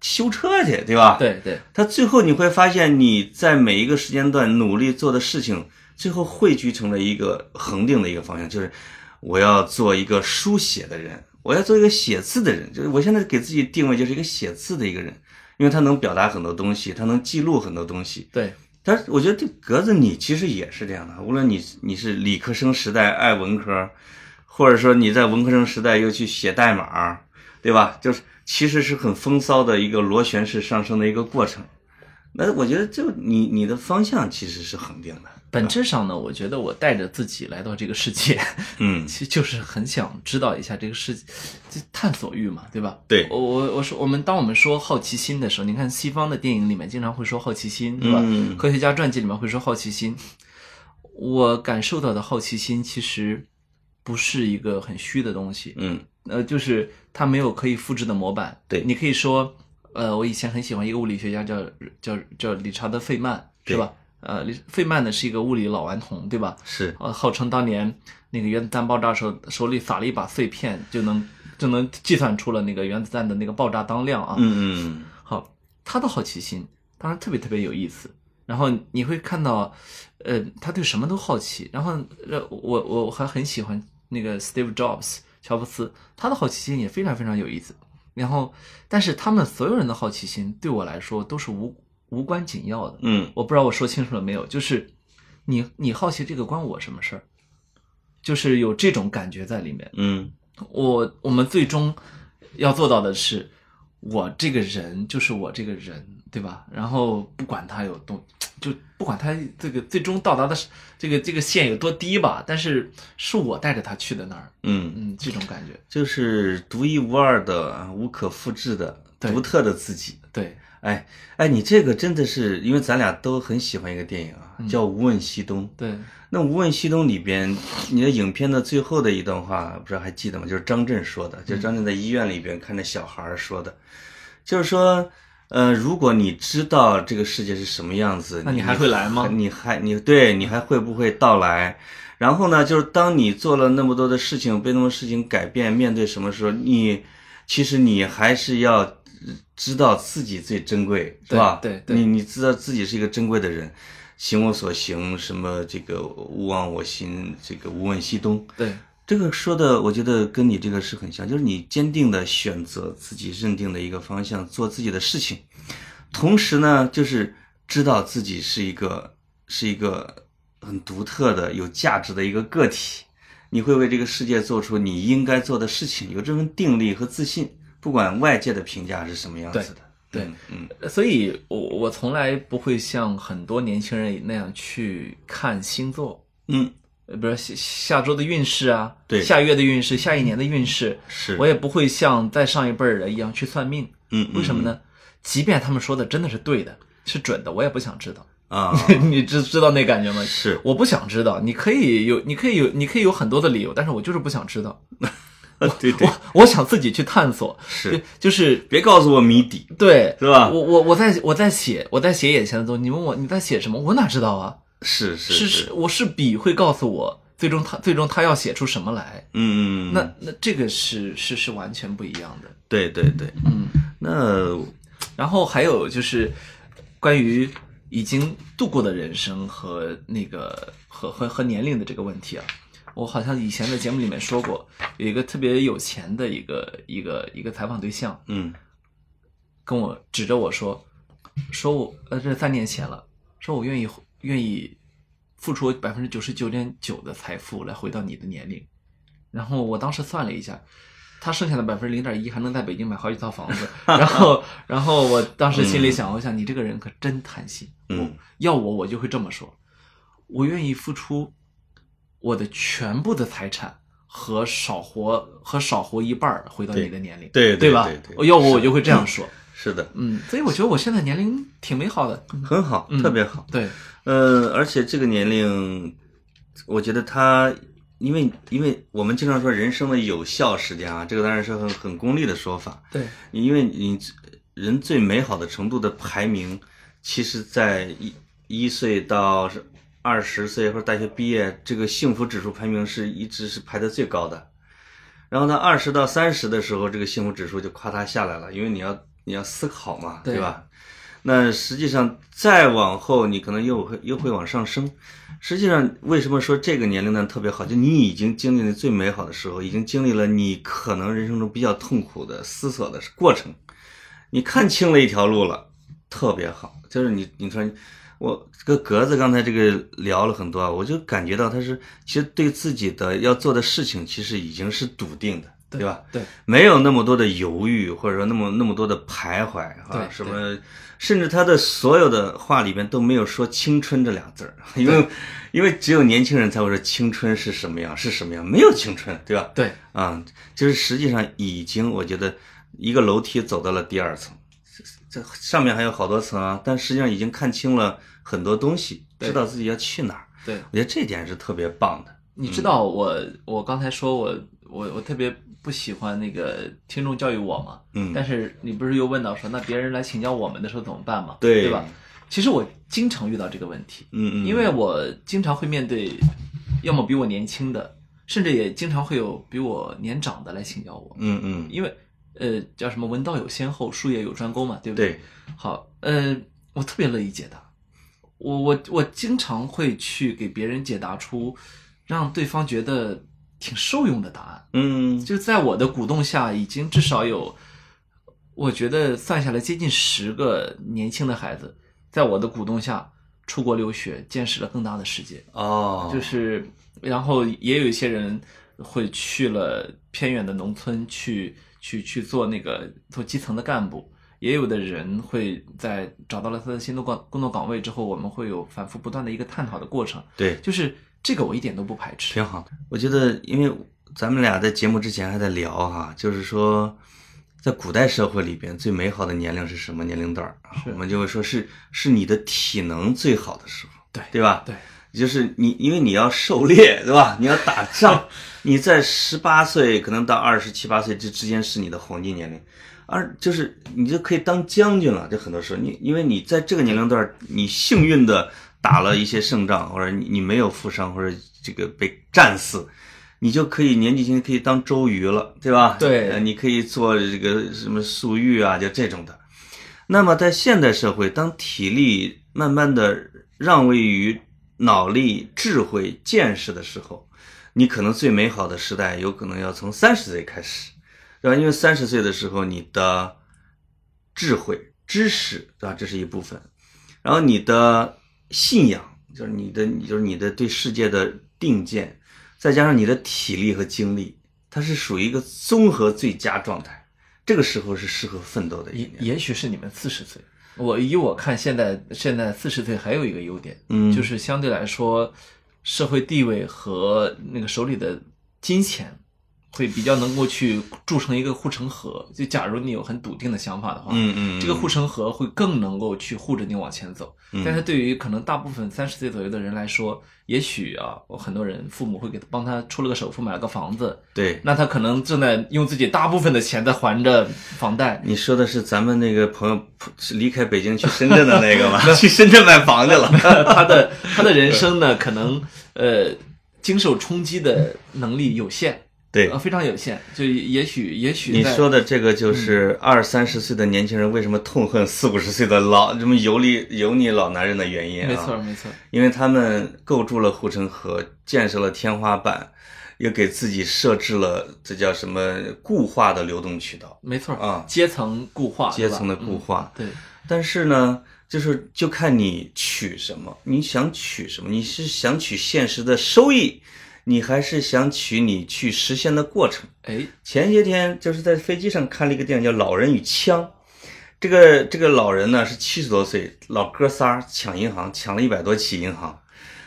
B: 修车去，对吧？
A: 对对，
B: 他最后你会发现，你在每一个时间段努力做的事情，最后汇聚成了一个恒定的一个方向，就是我要做一个书写的人，我要做一个写字的人，就是我现在给自己定位就是一个写字的一个人，因为他能表达很多东西，他能记录很多东西，
A: 对，
B: 但是我觉得这格子你其实也是这样的，无论你你是理科生时代爱文科，或者说你在文科生时代又去写代码，对吧？就是其实是很风骚的一个螺旋式上升的一个过程。那我觉得就你你的方向其实是恒定的，
A: 本质上呢，我觉得我带着自己来到这个世界，
B: 嗯，
A: 其实就是很想知道一下这个世界，就探索欲嘛，对吧？
B: 对
A: 我我我说，我们当我们说好奇心的时候，你看西方的电影里面经常会说好奇心，对吧？
B: 嗯
A: 科学家传记里面会说好奇心，我感受到的好奇心其实不是一个很虚的东西，
B: 嗯
A: 呃，就是它没有可以复制的模板。
B: 对
A: 你可以说，呃，我以前很喜欢一个物理学家叫叫叫理查德费曼，
B: 对
A: 是吧？呃，理费曼呢是一个物理老顽童，对吧？
B: 是，
A: 呃，号称当年那个原子弹爆炸时候手里撒了一把碎片就能就能计算出了那个原子弹的那个爆炸当量啊。
B: 嗯嗯
A: 好，他的好奇心当然特别特别有意思。然后你会看到，呃，他对什么都好奇。然后，呃，我我我还很喜欢那个 Steve Jobs 乔布斯，他的好奇心也非常非常有意思。然后，但是他们所有人的好奇心对我来说都是无无关紧要的。
B: 嗯，
A: 我不知道我说清楚了没有，就是你你好奇这个关我什么事儿，就是有这种感觉在里面。
B: 嗯
A: 我我们最终要做到的是，我这个人就是我这个人，对吧？然后不管他有多，就不管他这个最终到达的是这个这个线有多低吧，但是是我带着他去的那儿，
B: 嗯，
A: 嗯，这种感觉，
B: 就是独一无二的、无可复制的、
A: 对
B: 独特的自己。
A: 对，
B: 哎哎，你这个真的是，因为咱俩都很喜欢一个电影啊，
A: 嗯
B: 叫《无问西东》。
A: 对，
B: 那《无问西东》里边，你的影片的最后的一段话，不知道还记得吗？就是张震说的，
A: 嗯
B: 就是张震在医院里边看着小孩儿说的，就是说，呃，如果你知道这个世界是什么样子，
A: 那你还会来吗
B: 你还你对你还会不会到来？然后呢，就是当你做了那么多的事情，被那么多事情改变，面对什么时候，你其实你还是要呃知道自己最珍贵，是
A: 对
B: 吧？
A: 对对
B: 你你知道自己是一个珍贵的人，行我所行，什么这个勿忘我心，这个无问西东。
A: 对，
B: 这个说的，我觉得跟你这个是很像，就是你坚定的选择自己认定的一个方向，做自己的事情，同时呢，就是知道自己是一个是一个很独特的、有价值的一个个体，你会为这个世界做出你应该做的事情，有这份定力和自信，不管外界的评价是什么样子的。
A: 对
B: 嗯，嗯，
A: 所以我我从来不会像很多年轻人那样去看星座，
B: 嗯，
A: 呃，比如下下周的运势啊，
B: 对
A: 下月的运势，下一年的运势，
B: 是，
A: 我也不会像再上一辈儿人一样去算命。
B: 嗯，
A: 为什么呢？即便他们说的真的是对的，是准的，我也不想知道。
B: 嗯？啊，
A: 你知知道那感觉吗？
B: 是，
A: 我不想知道。你可以有，你可以有，你可以有很多的理由，但是我就是不想知道。
B: 对对，
A: 我我想自己去探索，
B: 是，
A: 就是
B: 别告诉我谜底，
A: 对，
B: 是吧
A: 我我我在我在写我在写眼前的东西，你问我你在写什么，我哪知道啊？
B: 是
A: 是
B: 是
A: 是，，我是笔会告诉我，最终他最终他要写出什么来。
B: 嗯嗯，嗯
A: 那那这个是是是完全不一样的，
B: 对对对，
A: 嗯。
B: 那
A: 然后还有就是关于已经度过的人生和那个和和和年龄的这个问题啊，我好像以前在节目里面说过，有一个特别有钱的一个一个一个采访对象
B: 嗯
A: 跟我指着我说，说我呃这三年前了，说我愿意愿意付出百分之九十九点九的财富来回到你的年龄，然后我当时算了一下，他剩下的百分之零点一还能在北京买好几套房 子，然后，然后我当时心里想，我想你这个人可真贪心，
B: 嗯
A: 要我我就会这么说，我愿意付出我的全部的财产和少活和少活一半儿回到你的年龄，
B: 对对
A: 对吧哦
B: 对对？对
A: 我要我我就会这样说，
B: 是的，
A: 嗯，所以我觉得我现在年龄挺美好的，嗯
B: 很好，
A: 嗯
B: 特别好。
A: 对
B: 呃，而且这个年龄，我觉得他，因为因为我们经常说人生的有效时间啊，这个当然是很很功利的说法，
A: 对
B: 因为你人最美好的程度的排名，其实在一一岁到二十岁或者大学毕业，这个幸福指数排名是一直是排在最高的。然后呢，二十到三十的时候，这个幸福指数就咔嗒下来了，因为你要你要思考嘛，
A: 对
B: 对吧？那实际上再往后，你可能又会又会往上升。实际上，为什么说这个年龄段特别好？就你已经经历了最美好的时候，已经经历了你可能人生中比较痛苦的思索的过程，你看清了一条路了，特别好。就是你，你说我这个格子刚才这个聊了很多啊，我就感觉到他是其实对自己的要做的事情，其实已经是笃定的。对吧？
A: 对，
B: 没有那么多的犹豫，或者说那么那么多的徘徊
A: 对
B: 啊，什
A: 对
B: 么，甚至他的所有的话里边都没有说青春这俩字儿， 因为因为只有年轻人才会说青春是什么样，是什么样，没有青春，对吧？
A: 对，
B: 啊，就是实际上已经，我觉得一个楼梯走到了第二层，这这上面还有好多层啊，但实际上已经看清了很多东西，
A: 对
B: 知道自己要去哪儿，
A: 对，
B: 我觉得这点是特别棒的。
A: 你知道我、我刚才说我我我特别不喜欢那个听众教育我嘛，
B: 嗯，
A: 但是你不是又问到说那别人来请教我们的时候怎么办嘛？
B: 对
A: 对吧？其实我经常遇到这个问题，
B: 嗯嗯，
A: 因为我经常会面对，要么比我年轻的，甚至也经常会有比我年长的来请教我，
B: 嗯嗯，
A: 因为呃叫什么文道有先后，术业有专攻嘛，对不对？
B: 对，
A: 好，呃，我特别乐意解答，我我我经常会去给别人解答出让对方觉得挺受用的答案，
B: 嗯
A: 就在我的鼓动下，已经至少有，我觉得算下来接近十个年轻的孩子，在我的鼓动下出国留学，见识了更大的世界。
B: 哦，
A: 就是，然后也有一些人会去了偏远的农村去去去做那个做基层的干部，也有的人会在找到了他的新的工工作岗位之后，我们会有反复不断的一个探讨的过程。
B: 对，
A: 就是这个我一点都不排斥。
B: 挺好。我觉得，因为咱们俩在节目之前还在聊哈、就是说，在古代社会里边，最美好的年龄是什么年龄段儿啊？
A: 是
B: 我们就会说是是你的体能最好的时候，
A: 对
B: 对
A: 啊
B: 吧？
A: 对，
B: 就是你，因为你要狩猎，对吧？你要打仗， 你在十八岁可能到二十七八岁这之间是你的黄金年龄，而就是你就可以当将军了。就很多时候，你因为你在这个年龄段儿，你幸运的打了一些胜仗，或者你你没有负伤，或者这个被战死，你就可以年纪轻可以当周瑜了，对吧？
A: 对
B: 呃你可以做这个什么粟裕啊，就这种的。那么在现代社会，当体力慢慢的让位于脑力、智慧、见识的时候，你可能最美好的时代有可能要从三十岁开始，对吧？因为三十岁的时候，你的智慧、知识，对吧？这是一部分，然后你的信仰，就是你的，就是你的对世界的定见，再加上你的体力和精力，它是属于一个综合最佳状态。这个时候是适合奋斗的一
A: 也
B: 年。
A: 也许是你们四十岁，我以我看现在现在四十岁还有一个优点，
B: 嗯，
A: 就是相对来说，社会地位和那个手里的金钱会比较能够去铸成一个护城河。就假如你有很笃定的想法的话，
B: 嗯嗯，
A: 这个护城河会更能够去护着你往前走。
B: 嗯，
A: 但是对于可能大部分三十岁左右的人来说，也许啊，我很多人父母会给他帮他出了个首付买了个房子，
B: 对，
A: 那他可能正在用自己大部分的钱在还着房贷。
B: 你说的是咱们那个朋友是离开北京去深圳的那 个吗？去深圳买房去了。
A: 他的他的人生呢，可能呃经受冲击的能力有限，
B: 对
A: 呃，，非常有限。就也许也许
B: 你
A: 在嗯
B: 说的这个就是二三十岁的年轻人为什么痛恨四五十岁的老这么油腻油腻老男人的原因啊？
A: 没错，没错，
B: 因为他们构筑了护城河，建设了天花板，又给自己设置了这叫什么固化的流动渠道，
A: 没错
B: 啊
A: 阶层固化，
B: 阶层的
A: 对吧
B: 固化。
A: 嗯对，
B: 但是呢，就是就看你取什么，你想取什么？你是想取现实的收益，你还是想取你去实现的过程？
A: 哎，
B: 前些天就是在飞机上看了一个电影叫《老人与枪》，这个这个老人呢是七十多岁，老哥仨儿抢银行，抢了一百多起银行，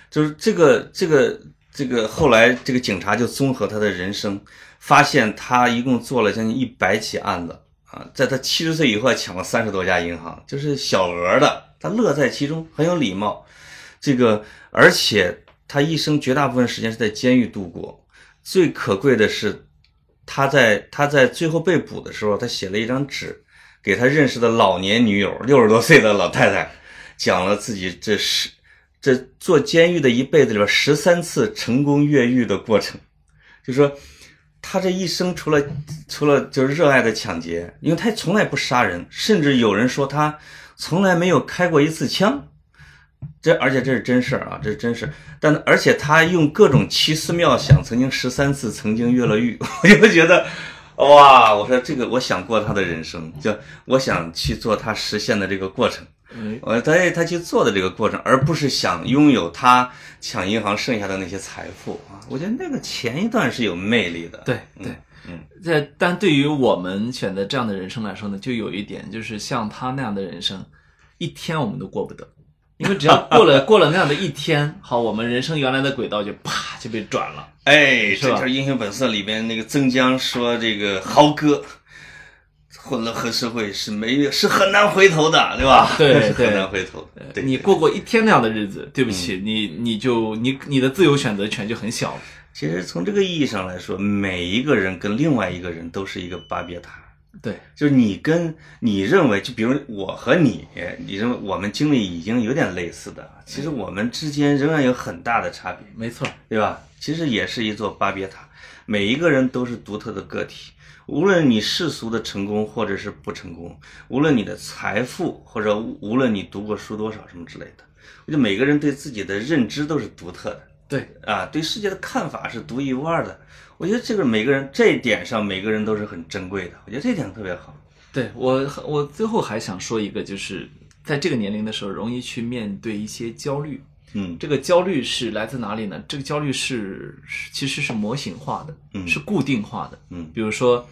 B: 就是这个这个这个后来这个警察就综合他的人生，发现他一共做了将近一百起案子啊，在他七十岁以后还抢了三十多家银行，就是小额的，他乐在其中，很有礼貌。这个而且他一生绝大部分时间是在监狱度过，最可贵的是。他在他在最后被捕的时候，他写了一张纸，给他认识的老年女友，六十多岁的老太太，讲了自己这十这坐监狱的一辈子里边十三次成功越狱的过程，就说他这一生除了除了就是热爱的抢劫，因为他从来不杀人，甚至有人说他从来没有开过一次枪。这而且这是真事儿啊，这是真事儿。但而且他用各种奇思妙想，曾经十三次曾经越了狱， 我就觉得，哇！我说这个，我想过他的人生，就我想去做他实现的这个过程。
A: 哎，
B: 我他他去做的这个过程，而不是想拥有他抢银行剩下的那些财富啊。我觉得那个前一段是有魅力的。
A: 对
B: 嗯
A: 对，
B: 嗯，
A: 这但对于我们选择这样的人生来说呢，就有一点就是像他那样的人生，一天我们都过不得，因为只要过 了过了那样的一天，好，我们人生原来的轨道就啪就被转了。
B: 哎，
A: 是
B: 这
A: 吧
B: 就是《英雄本色》里边那个曾江说，这个豪哥混了黑社会是没是很难回头的，对吧？
A: 对
B: 是
A: 对
B: 很难回头的。对，
A: 呃你
B: 对嗯
A: 过过一天那样的日子，对不起，你你就你你的自由选择权就很小了。
B: 其实从这个意义上来说，每一个人跟另外一个人都是一个巴别塔。
A: 对，
B: 就是你跟你认为，就比如我和你，你认为我们经历已经有点类似的，其实
A: 嗯
B: 我们之间仍然有很大的差别，
A: 没错，
B: 对吧？其实也是一座巴别塔，每一个人都是独特的个体。无论你世俗的成功或者是不成功，无论你的财富或者无论你读过书多少什么之类的，我觉得每个人对自己的认知都是独特的。
A: 对，
B: 啊，对世界的看法是独一无二的。我觉得这个每个人这一点上，每个人都是很珍贵的。我觉得这点特别好。
A: 对我，我最后还想说一个，就是在这个年龄的时候，容易去面对一些焦虑。
B: 嗯
A: 这个焦虑是来自哪里呢？这个焦虑是是其实是模型化的，
B: 嗯
A: 是固定化的。
B: 嗯
A: 比如说，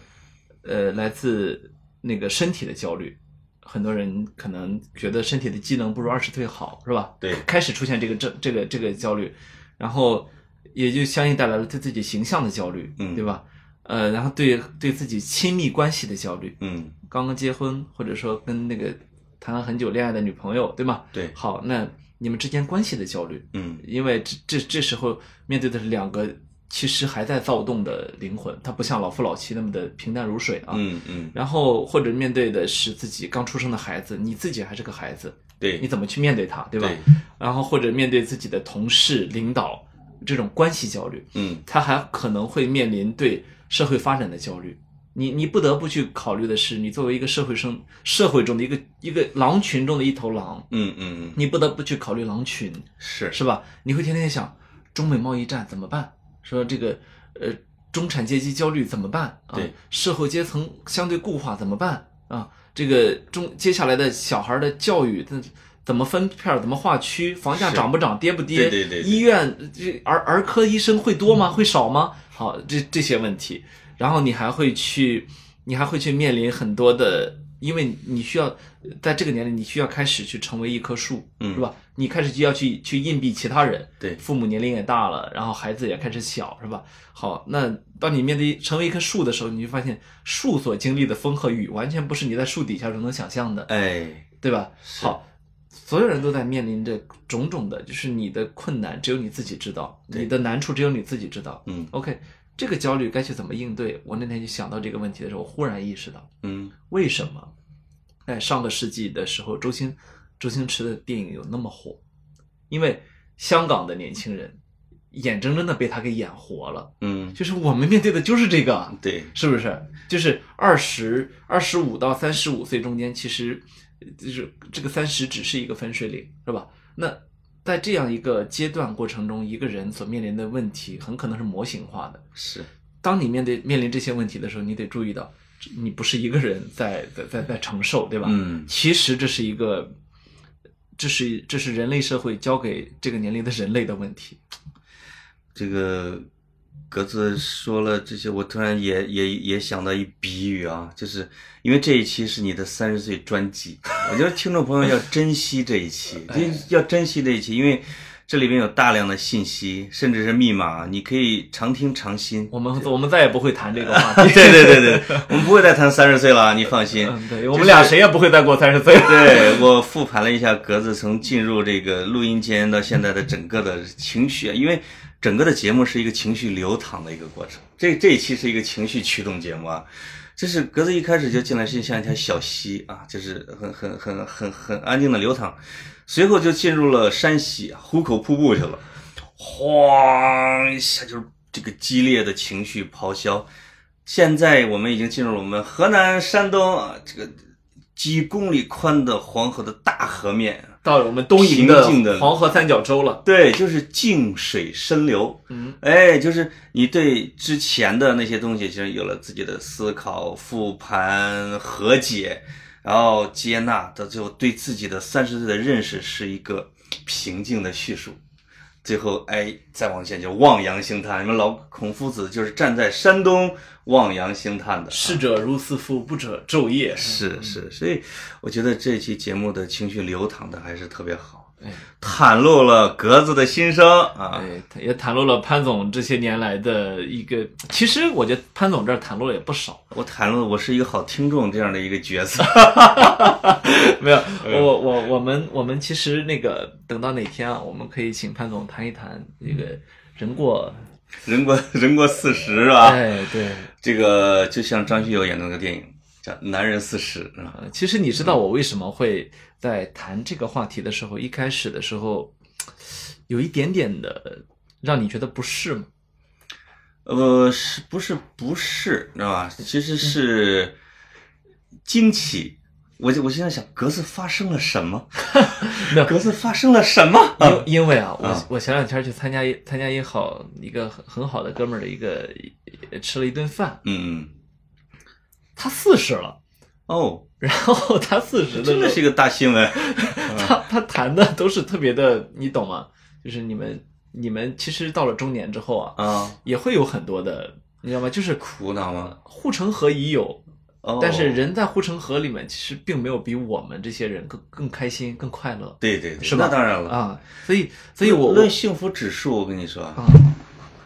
A: 呃，来自那个身体的焦虑，很多人可能觉得身体的机能不如二十岁好，是吧？
B: 对
A: 开始出现这个这这个这个焦虑，然后也就相应带来了对自己形象的焦虑，
B: 嗯
A: 对吧？呃，然后对对自己亲密关系的焦虑，
B: 嗯，
A: 刚刚结婚，或者说跟那个谈了很久恋爱的女朋友，对吗？
B: 对，
A: 好，那你们之间关系的焦虑，
B: 嗯
A: 因为这这这时候面对的是两个其实还在躁动的灵魂，它不像老夫老妻那么的平淡如水啊。
B: 嗯嗯，
A: 然后或者面对的是自己刚出生的孩子，你自己还是个孩子，你
B: 对
A: 怎么去面对他，对吧？
B: 对
A: 然后或者面对自己的同事、领导这种关系焦虑，
B: 嗯
A: 他还可能会面临对社会发展的焦虑。你你不得不去考虑的是，你作为一个社会生社会中的一个一个狼群中的一头狼，
B: 嗯嗯嗯，
A: 你不得不去考虑狼群，
B: 是
A: 是吧？你会天天想中美贸易战怎么办？说这个呃中产阶级焦虑怎么办？啊
B: 对，
A: 社会阶层相对固化怎么办？啊，这个中接下来的小孩的教育怎怎么分片儿，怎么划区，房价
B: 是
A: 涨不涨，跌不跌？
B: 对对对对嗯
A: 医院这儿儿科医生会多吗？会少吗？好，这这些问题，然后你还会去，你还会去面临很多的。因为你需要在这个年龄，你需要开始去成为一棵树，
B: 嗯
A: 是吧？你开始就要去去硬币其他人，
B: 对
A: 父母年龄也大了，然后孩子也开始小，是吧？好，那当你面对成为一棵树的时候，你就发现树所经历的风和雨，完全不是你在树底下所能想象的，
B: 哎
A: 对吧？
B: 是
A: 好，所有人都在面临着种种的，就是你的困难只有你自己知道，
B: 对
A: 你的难处只有你自己知道。
B: 嗯
A: OK，这个焦虑该去怎么应对？我那天就想到这个问题的时候，我忽然意识到，
B: 嗯
A: 为什么在上个世纪的时候，周星周星驰的电影有那么火？因为香港的年轻人眼睁睁的被他给演活了。
B: 嗯
A: 就是我们面对的就是这个，啊
B: 对
A: 是不是？就是二十二十五到三十五岁中间，其实呃就是这个三十只是一个分水岭，是吧？那在这样一个阶段过程中，一个人所面临的问题很可能是模型化的，
B: 是
A: 当你面对面临这些问题的时候，你得注意到，这你不是一个人在在在在承受，对吧？
B: 嗯
A: 其实这是一个，这是这是人类社会交给这个年龄的人类的问题。
B: 这个格子说了这些，我突然也也也想到一比喻啊，就是因为这一期是你的三十岁专辑，我觉得听众朋友要珍惜这一期，就要珍惜这一期，因为这里边有大量的信息，甚至是密码，你可以常听常新。
A: 我们我们再也不会谈这个话题。
B: 对对对对，我们不会再谈三十岁了，你放心。
A: 嗯，对，我们俩谁也不会再过三十岁 了。
B: 对我复盘了一下格子从进入这个录音间到现在的整个的情绪，因为整个的节目是一个情绪流淌的一个过程。这这一期是一个情绪驱动节目啊，就是格子一开始就进来是像一条小溪啊，就是很很很很很安静的流淌，随后就进入了山溪壶口瀑布去了，哗一下就是这个激烈的情绪咆哮。现在我们已经进入了我们河南、山东啊这个几公里宽的黄河的大河面，
A: 到了我们东瀛的
B: 平静的
A: 黄河三角洲了。
B: 对，就是静水深流。
A: 嗯，
B: 哎，就是你对之前的那些东西，其实有了自己的思考、复盘、和解，然后接纳，到最后对自己的三十岁的认识是一个平静的叙述。最后哎，再往前就望洋兴叹。你们老孔夫子就是站在山东望洋兴叹的，
A: 逝者如斯夫，不者昼夜。
B: 是是，所以我觉得这期节目的情绪流淌的还是特别好
A: 哎，
B: 袒露了格子的心声啊。
A: 哎，他也袒露了潘总这些年来的一个，其实我觉得潘总这儿袒露了也不 少。
B: 我袒露我是一个好听众这样的一个角色，
A: 没有，我我我们我们其实那个等到哪天啊，我们可以请潘总谈一谈这个人过。
B: 人过 人过四十啊，
A: 哎，对，
B: 这个就像张学友演的那个电影叫《男人四十》啊，
A: 呃其实你知道我为什么会在谈这个话题的时候，一开始的时候有一点点的让你觉得不适吗？
B: 呃，是不是不是，知道吧？其实是惊奇。我就我现在想，格子发生了什么
A: 没有？
B: 格子发生了什么？啊
A: 因因为啊，我
B: 啊
A: 我前两天去参加一参加一好一个很很好的哥们儿的一个一吃了一顿饭，
B: 嗯，
A: 他四十了，
B: 哦，
A: 然后 他四十
B: 真的
A: 的
B: 是
A: 时
B: 一个大新闻。
A: 候，他他谈的都是特别的，你懂吗？就是你们你们其实到了中年之后啊，
B: 啊，
A: 也会有很多的，你知道吗？就是
B: 苦恼吗？
A: 护城河已有，
B: 哦，
A: 但是人在护城河里面，其实并没有比我们这些人更更开心、更快乐
B: 对对对，
A: 是吧
B: 那当然了。
A: 啊。所以，所以我
B: 嗯论幸福指数，我跟你说，
A: 啊，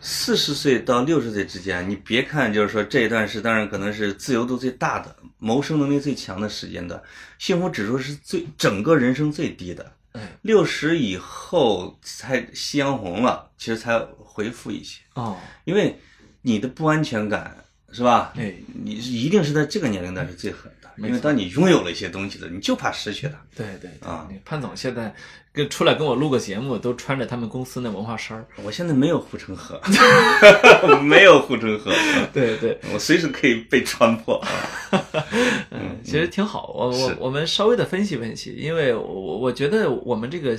B: 四十岁到六十岁之间，你别看就是说这一段是，当然可能是自由度最大的、谋生能力最强的时间段，幸福指数是最整个人生最低的
A: 哎。
B: 六十以后才夕阳红了，其实才回复一些，
A: 哦，
B: 因为你的不安全感是吧？
A: 哎，
B: 你是一定是在这个年龄段是最狠的，因为当你拥有了一些东西了，你就怕失去它。
A: 对对对
B: 啊
A: 那潘总现在跟出来跟我录个节目，都穿着他们公司那文化衫儿。
B: 我现在没有护城河， 没有护城河，
A: 对对，
B: 我随时可以被穿破。
A: 嗯，其实挺好。我我
B: 是
A: 我们稍微的分析分析，因为我我我觉得我们这个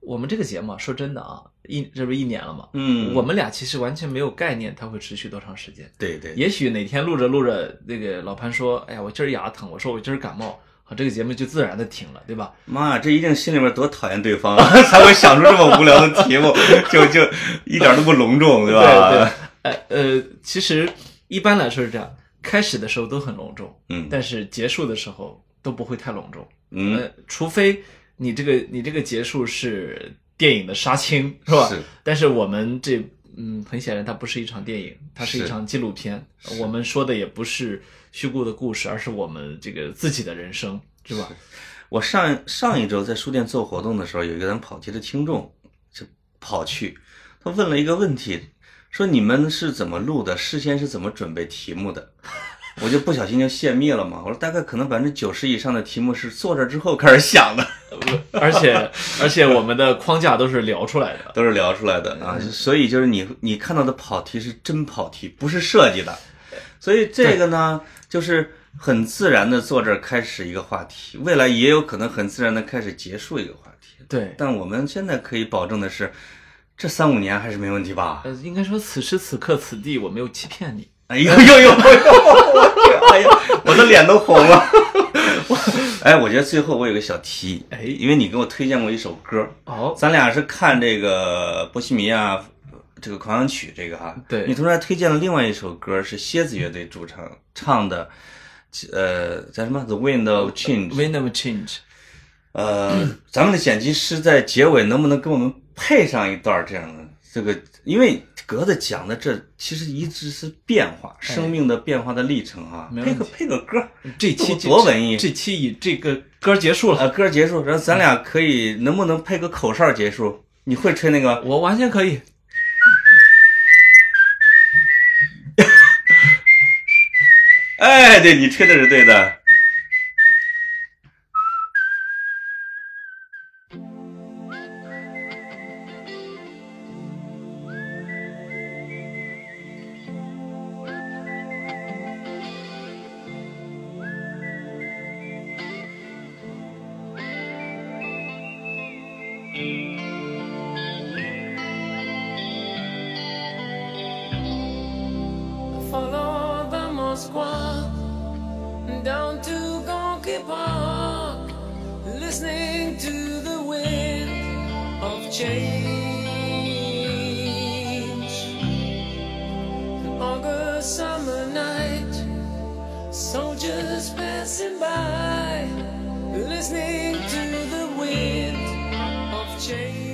A: 我们这个节目啊，说真的啊，一这不是一年了嘛，
B: 嗯，
A: 我们俩其实完全没有概念它会持续多长时间。
B: 对对，
A: 也许哪天录着录着，那个老潘说：“哎呀，我今儿牙疼。”我说：“我今儿感冒。”好，这个节目就自然的停了，对吧？
B: 妈呀，这一定心里面多讨厌对方 啊，才会想出这么无聊的题目， 就就一点都不隆重，对吧？
A: 对，呃呃，其实一般来说是这样，开始的时候都很隆重，
B: 嗯
A: 但是结束的时候都不会太隆重，
B: 嗯，
A: 呃，除非你这个你这个结束是电影的杀青，是吧？
B: 是
A: 但是我们这嗯，很显然它不是一场电影，它是一
B: 是
A: 场纪录片。我们说的也不是虚构的故事，而是我们这个自己的人生，是吧？
B: 我上上一周在书店做活动的时候，有一个咱们跑题的听众就跑去，他问了一个问题，说你们是怎么录的？事先是怎么准备题目的？我就不小心就泄密了嘛。我说大概可能百分之九十以上的题目是坐这儿之后开始想的，
A: 而且而且我们的框架都是聊出来 的。
B: 都是聊出来的啊。所以就是你你看到的跑题是真跑题，不是设计的。所以这个呢，就是很自然的坐这儿开始一个话题，未来也有可能很自然的开始结束一个话题。
A: 对，
B: 但我们现在可以保证的是，这三五年还是没问题吧？
A: 呃，应该说此时此刻此地我没有欺骗你。
B: 哎呦呦呦呦！我哎呀，我的脸都红了。 哎，我觉得最后我有个小提议，
A: 哎
B: 因为你给我推荐过一首歌，
A: 哦，
B: 咱俩是看这个《波西米亚这个狂想曲》这个哈、
A: 对
B: 你同时还推荐了另外一首歌，是蝎子乐队主唱唱的，呃，叫什么《The Wind of Change》。
A: w i n d o w change。
B: 呃，咱们的剪辑师在结尾能不能给我们配上一段这样的这个？因为格子讲的这其实一直是变化，生命的变化的历程啊。
A: 哎没问
B: 配
A: 题
B: 个配个歌，
A: 这期
B: 多多文艺
A: 这期以这个歌结束了，
B: 呃，歌结束，然后咱俩可以能不能配个口哨结束？你会吹那个？
A: 我完全可以。
B: 哎，对你吹的是对的。
C: Follow the Moskwa down to Gonky Park, listening to the wind of change. just passing by, listening to the wind of change.